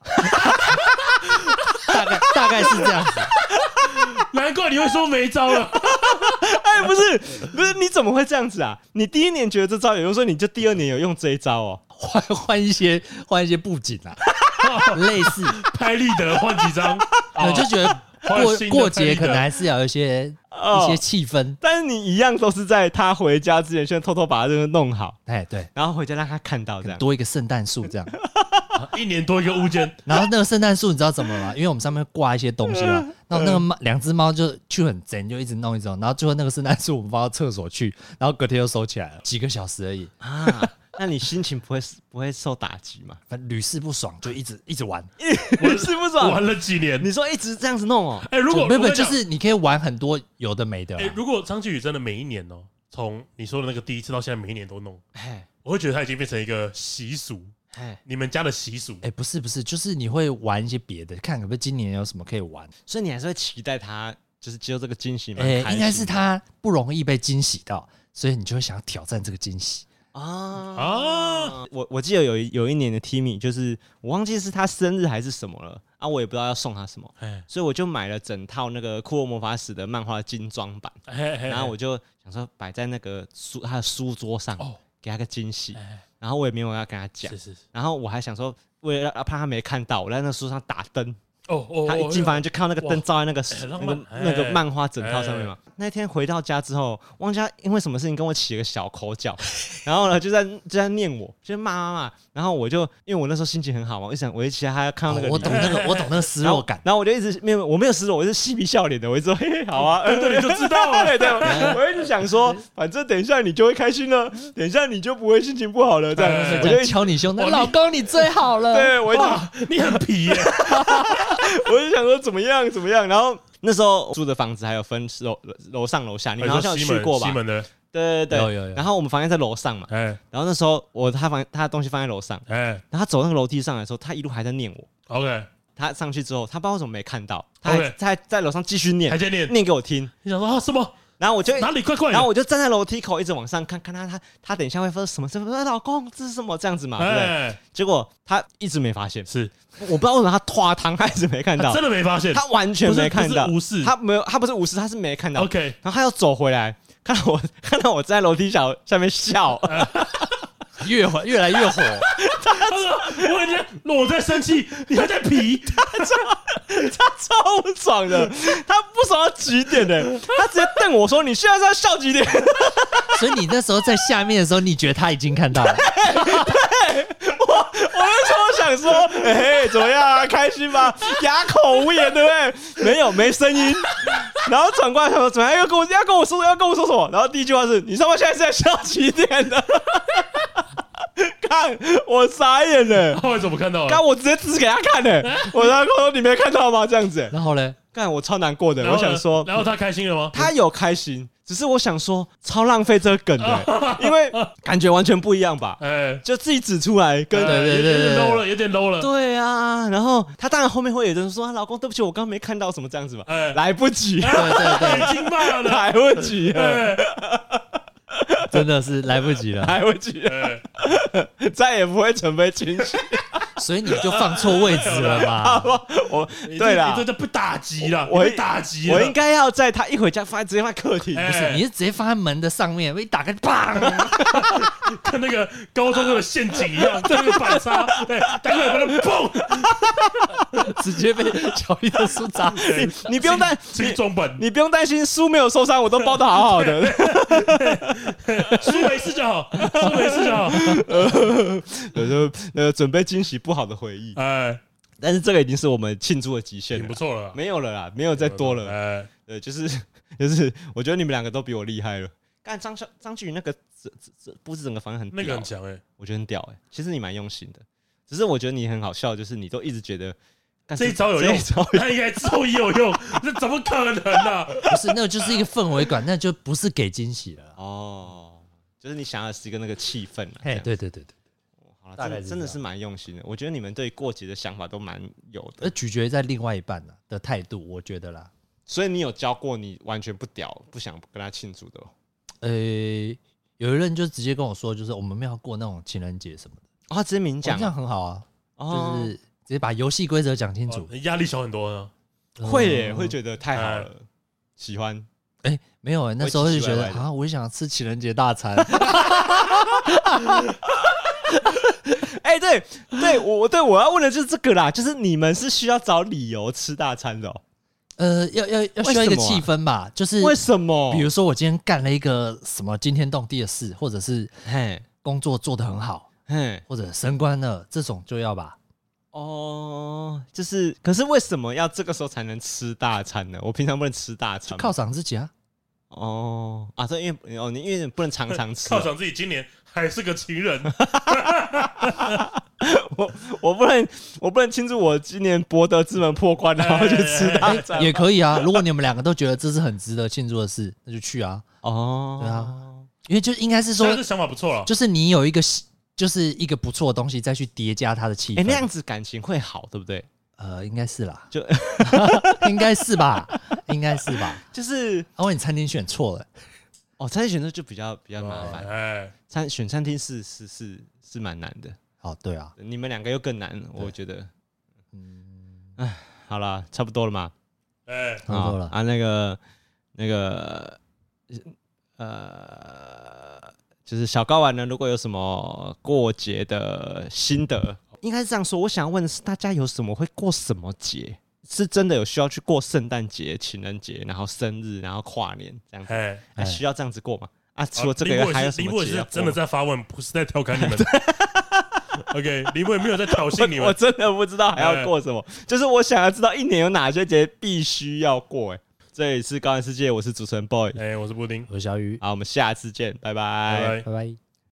Speaker 4: 大概大概是这样子，
Speaker 3: 难怪你会说没招了。
Speaker 2: 哎，不是不是，你怎么会这样子啊？你第一年觉得这招有用，所以你就第二年有用这一招哦。
Speaker 4: 换 换一些换一些布景啊，类 似，
Speaker 3: 拍立得换几 张，
Speaker 4: 我就觉得
Speaker 3: 哦换
Speaker 4: 过
Speaker 3: 新的
Speaker 4: 过
Speaker 3: 拍立得
Speaker 4: 节可能还是要有一些一
Speaker 2: 哦
Speaker 4: 些气氛，
Speaker 2: 但是你一样都是在他回家之前，先偷偷把他这个弄好，
Speaker 4: 哎，对，
Speaker 2: 然后回家让他看到这样。
Speaker 4: 多一个圣诞树这样。
Speaker 3: 一年多一个物件，
Speaker 4: 然后那个圣诞树你知道怎么了吗？因为我们上面挂一些东西
Speaker 3: 嗯
Speaker 4: 嘛，然后那个猫两只猫就去很贼，就一直弄一直弄，然后最后那个圣诞树我们放到厕所去，然后隔天又收起来了，几个小时而已，
Speaker 2: 啊，那你心情不会不会受打击吗？
Speaker 4: 反正屡试不爽，就一直一直玩。
Speaker 2: 我是不
Speaker 3: 玩
Speaker 2: 爽。
Speaker 3: 了几年。
Speaker 2: 你说一直这样子弄哦，
Speaker 3: 哎，如果
Speaker 4: 没有没
Speaker 3: 我跟
Speaker 4: 有，
Speaker 3: 你
Speaker 4: 就
Speaker 3: 讲
Speaker 4: 是你可以玩很多有的没的啦
Speaker 3: 哎，如果张继宇真的每一年哦，从你说的那个第一次到现在，每一年都弄，
Speaker 2: 哎
Speaker 3: 我会觉得他已经变成一个习俗，
Speaker 2: 哎，
Speaker 3: 你们家的习俗。
Speaker 4: 哎，不是不是，就是你会玩一些别的，看可不可以今年有什么可以玩。
Speaker 2: 所以你还是会期待他就是接受这个惊喜吗？
Speaker 4: 哎，
Speaker 2: 开
Speaker 4: 应
Speaker 2: 心
Speaker 4: 该是他不容易被惊喜到，所以你就会想要挑战这个惊喜。
Speaker 2: 啊
Speaker 3: 啊！
Speaker 2: 我我记得有一有一年的 Timmy，就是我忘记是他生日还是什么了啊，我也不知道要送他什么，
Speaker 3: 哎
Speaker 2: 所以我就买了整套那个《库洛魔法使》的漫画精装版，
Speaker 3: 哎哎
Speaker 2: 然后我就想说摆在那个书他的书桌上，
Speaker 3: 哦
Speaker 2: 给他个惊喜，
Speaker 3: 哎
Speaker 2: 然后我也没有要跟他讲
Speaker 3: 是，是是
Speaker 2: 然后我还想说。为了怕他没看到，我在那书上打灯，
Speaker 3: 哦哦，
Speaker 2: 他一进房间就看到那个灯
Speaker 3: 哇
Speaker 2: 照在那个
Speaker 3: 哎
Speaker 2: 书
Speaker 3: 浪
Speaker 2: 那个
Speaker 3: 漫
Speaker 2: 那
Speaker 3: 哎
Speaker 2: 个漫画整套上面嘛。那天回到家之后，忘记他因为什么事情跟我起了个小口角， 然后呢就在就在念我，就骂骂骂。然后我就因为我那时候心情很好嘛，我就想我一起他看到那个
Speaker 4: 哦
Speaker 2: 礼物、
Speaker 4: 我懂那个，我懂那 个失
Speaker 2: 然后
Speaker 4: 落感。
Speaker 2: 然后我就一直没有我没有失落，我是嬉皮笑脸的，我一直说 嘿嘿好啊，
Speaker 3: 对对，你就知道了。
Speaker 2: 对对， 我一直想说，反正等一下你就会开心 了，等一下你就不会心情不好了，这
Speaker 3: 哎
Speaker 2: 样我
Speaker 4: 这
Speaker 2: 就
Speaker 4: 样
Speaker 2: 一直
Speaker 4: 敲你胸，那
Speaker 3: 哇
Speaker 4: 老公你最好了。
Speaker 2: 对我一直
Speaker 3: 哇，你很皮耶！
Speaker 2: 我就想说怎么样怎么样，然后那时候住的房子还有分楼楼上楼下，你们好哦像有
Speaker 3: 西
Speaker 2: 去
Speaker 3: 门
Speaker 2: 过吧
Speaker 3: 西？门的，
Speaker 2: 对对对，
Speaker 4: 有有有
Speaker 2: 然后我们房间在楼上嘛，
Speaker 3: 哎
Speaker 2: 然后那时候我他房他的东西放在楼上，
Speaker 3: 哎
Speaker 2: 然后他走那个楼梯上来的时候，他一路还在念我。
Speaker 3: ，OK，
Speaker 2: 他上去之后，他不知道为什么没看到，他还
Speaker 3: OK
Speaker 2: 他还在楼上继续念
Speaker 3: 还，在念，
Speaker 2: 哦念给我听，
Speaker 3: 你想说啊什么？
Speaker 2: 然后我就
Speaker 3: 哪里怪怪的？
Speaker 2: 然后我就站在楼梯口一直往上看，看他他他等一下会说什么什么，说老公这是什么这样子嘛，对不对？
Speaker 3: 哎，
Speaker 2: 结果他一直没发现，
Speaker 3: 是
Speaker 2: 我不知道为什么他拖堂，他一直没看
Speaker 3: 他
Speaker 2: 到
Speaker 3: 真，的没发现
Speaker 2: 他完全
Speaker 3: 不是
Speaker 2: 没看到
Speaker 3: 不是，无视
Speaker 2: 他没有他不是无视，他是没看到。
Speaker 3: ，OK，
Speaker 2: 然后他又走回来，看到我看到我在楼梯下下面 笑，
Speaker 3: 哎
Speaker 4: 越火越来 越火，
Speaker 3: 他说我已经我在生气，你还在 皮，
Speaker 2: 他超不爽的，他不爽到极点的，他直接瞪我说：“你现在是要笑几点？”
Speaker 4: 所以你那时候在下面的时候，你觉得他已经看到了，
Speaker 2: 我那时候想说，哎、怎么样啊，开心吗？哑口无言，对不对？没有，没声音。然后转过来他说，怎么样？要跟我要跟我说要跟我说什么？然后第一句话是，你他妈现在是在笑几点 的？看，我傻眼了。
Speaker 3: 后来怎么看到了啊
Speaker 2: 刚？我直接指给他看呢、我然后跟我说你没看到吗？这样子、欸，
Speaker 4: 然后呢？
Speaker 2: 看我超难过的。
Speaker 3: 然
Speaker 2: 我
Speaker 3: 后呢
Speaker 2: 想说，
Speaker 3: 然后他开心了吗？
Speaker 2: 他有开心，只是我想说超浪费这个梗的、因为感觉完全不一样吧？
Speaker 3: 哎，
Speaker 2: 就自己指出来跟
Speaker 3: 哎
Speaker 4: 对对对
Speaker 3: 有点
Speaker 4: 对
Speaker 3: low 了，有点 low 了，
Speaker 2: 对啊，然后她当然后面会有人说：“啊，老公，对不起，我刚刚没看到什么这样子嘛。
Speaker 3: 哎”，
Speaker 2: 来不 及，
Speaker 4: 对对对，
Speaker 3: 已经骂了，
Speaker 2: 来不及了，
Speaker 3: 哎
Speaker 4: 真的是来不及了，
Speaker 2: 来不及了，
Speaker 3: 哎，
Speaker 2: 再也不会成为情绪。
Speaker 4: 所以你就放错位置了 嘛。
Speaker 2: 我
Speaker 3: 你
Speaker 2: 对
Speaker 3: 这
Speaker 2: 啦
Speaker 3: 你，真的被打击了，
Speaker 2: 我
Speaker 3: 你被打击了，
Speaker 2: 我应该要在她一回家放在直接放在客厅。
Speaker 3: 哎
Speaker 4: 不是，你是直接放在门的上面，一打开，砰！
Speaker 3: 跟那个 高中的陷阱一样，这个反杀，哎，大家有没有蹦？
Speaker 4: 直接被小丽的书砸 死。
Speaker 3: 哎
Speaker 2: 你你不用担，
Speaker 3: 这个中 本，
Speaker 2: 你不用担心书没有受伤，我都包的好好 的。
Speaker 3: 输没事就好，输没事就 好。
Speaker 2: 呃， 就呃，准备惊喜不好的回忆。
Speaker 3: 哎，
Speaker 2: 但是这个已经是我们庆祝的极限
Speaker 3: 挺
Speaker 2: 了
Speaker 3: 不
Speaker 2: 啦，
Speaker 3: 错了，
Speaker 2: 没有了啦，没有再多了。
Speaker 3: 哎，
Speaker 2: 对，就是就是，我觉得你们两个都比我厉害了。干张小张俊宇那个这这这布置整个反正很
Speaker 3: 那个
Speaker 2: 屌欸
Speaker 3: 很强哎，
Speaker 2: 我觉得很屌哎、其实你蛮用心的，只是我觉得你很好笑，就是你都一直觉得干
Speaker 3: 这一招有
Speaker 2: 这
Speaker 3: 用
Speaker 2: 一 招有
Speaker 3: 那应该之后也有用， 那怎么可能啊呢？
Speaker 4: 不是，那就是一个氛围感，那就不是给惊喜了啦。
Speaker 2: 哦，就是你想要是一个那个气氛啊。这
Speaker 4: 哎，
Speaker 2: 样
Speaker 4: 对对对对，
Speaker 2: 好
Speaker 4: 大
Speaker 2: 了，
Speaker 4: 概
Speaker 2: 真
Speaker 4: 是
Speaker 2: 的真的
Speaker 4: 这样
Speaker 2: 是蛮用心的。我觉得你们对过节的想法都蛮有
Speaker 4: 而
Speaker 2: 的，
Speaker 4: 呃取决于在另外一半呢啊的态度，我觉得啦。
Speaker 2: 所以你有教过你完全不屌、不想跟他庆祝的哦。
Speaker 4: 呃，有一任就直接跟我说，就是我们没有要过那种情人节什么的，
Speaker 2: 哦，他直接明
Speaker 4: 我觉得
Speaker 2: 讲
Speaker 4: 这样很好啊，
Speaker 2: 哦，
Speaker 4: 就是直接把游戏规则讲清楚
Speaker 3: 哦。压力小很多呢。
Speaker 2: 会耶，
Speaker 4: 也
Speaker 2: 会觉得太好
Speaker 3: 哎
Speaker 2: 了，喜欢。
Speaker 4: 哎，没有哎，那时候就觉
Speaker 2: 我也奇奇
Speaker 4: 得
Speaker 2: 怪怪的
Speaker 4: 啊，我也想吃情人节大餐。
Speaker 2: 哎，对对，我我对我要问的就是这个啦，就是你们是需要找理由吃大餐的哦，
Speaker 4: 呃，要要要需要一
Speaker 2: 为什
Speaker 4: 个
Speaker 2: 么啊
Speaker 4: 气氛吧，就是
Speaker 2: 为什么？
Speaker 4: 比如说我今天干了一个什么惊天动地的事，或者是
Speaker 2: 嘿
Speaker 4: 工作做得很好，
Speaker 2: 嘿。
Speaker 4: 或者升官了，这种就要吧。
Speaker 2: 哦，就是，可是为什么要这个时候才能吃大餐呢？我平常不能吃大餐吗，
Speaker 4: 犒赏自己啊，
Speaker 2: 哦啊，这因为哦，你因为你不能常常吃
Speaker 3: 犒
Speaker 2: 啊，
Speaker 3: 赏自己今年还是个情 人，
Speaker 2: 我我不能我不能庆祝我今年博德之门破关，然
Speaker 3: 哎
Speaker 2: 后去吃大餐
Speaker 4: 也可以啊。如果你们两个都觉得这是很值得庆祝的事，那就去啊。
Speaker 2: 哦，
Speaker 4: 对啊，因为就应该是说
Speaker 3: 虽然，这想法不错了。
Speaker 4: 就是你有一个喜就是一个不错的东西，再去叠加它的气
Speaker 2: 哎，那
Speaker 4: 氛。
Speaker 2: 样子感情会好，对不对？
Speaker 4: 呃，应该是啦，
Speaker 2: 就
Speaker 4: 应该是吧，应该是吧。
Speaker 2: 就是
Speaker 4: 阿伟，你餐厅选错了，
Speaker 2: 哦，餐厅选择就比较比较麻烦，
Speaker 3: 哎，
Speaker 2: 餐选餐厅是是是是蛮难的，
Speaker 4: 哦，对啊，
Speaker 2: 你们两个又更难，我觉得
Speaker 4: 嗯，
Speaker 2: 好啦，差不多了嘛，
Speaker 3: 哎，
Speaker 4: 差不
Speaker 2: 啊
Speaker 4: 多了。
Speaker 2: 啊，那个那个呃，就是小高玩呢，如果有什么过节的心得，应该是这样说。我想问的是，大家有什么会过什么节？是真的有需要去过圣诞节、情人节，然后生日，然后跨年这样子？
Speaker 3: 哎，
Speaker 2: 啊、
Speaker 4: 哎
Speaker 2: 需要这样子过吗？啊，
Speaker 3: 啊
Speaker 2: 除了这
Speaker 3: 林
Speaker 2: 个
Speaker 3: 伟
Speaker 2: 还有
Speaker 3: 是
Speaker 2: 什
Speaker 3: 林
Speaker 2: 么啊
Speaker 3: 伟
Speaker 2: 节
Speaker 3: 是
Speaker 2: 要过
Speaker 3: 真的
Speaker 2: 吗？
Speaker 3: 在发问，不是在调侃 你们。OK，林伟没有在挑衅你
Speaker 2: 我我
Speaker 3: 们。
Speaker 2: 真的不知道还要
Speaker 3: 哎
Speaker 2: 过什么，就是我想要知道一年有哪些节必须要过、哎，这里是高玩世界，我是主持人哎 boy，
Speaker 3: 哎，我是布丁，
Speaker 4: 我是小雨，
Speaker 2: 好，我们下次见，拜
Speaker 3: 拜拜。
Speaker 4: 拜拜。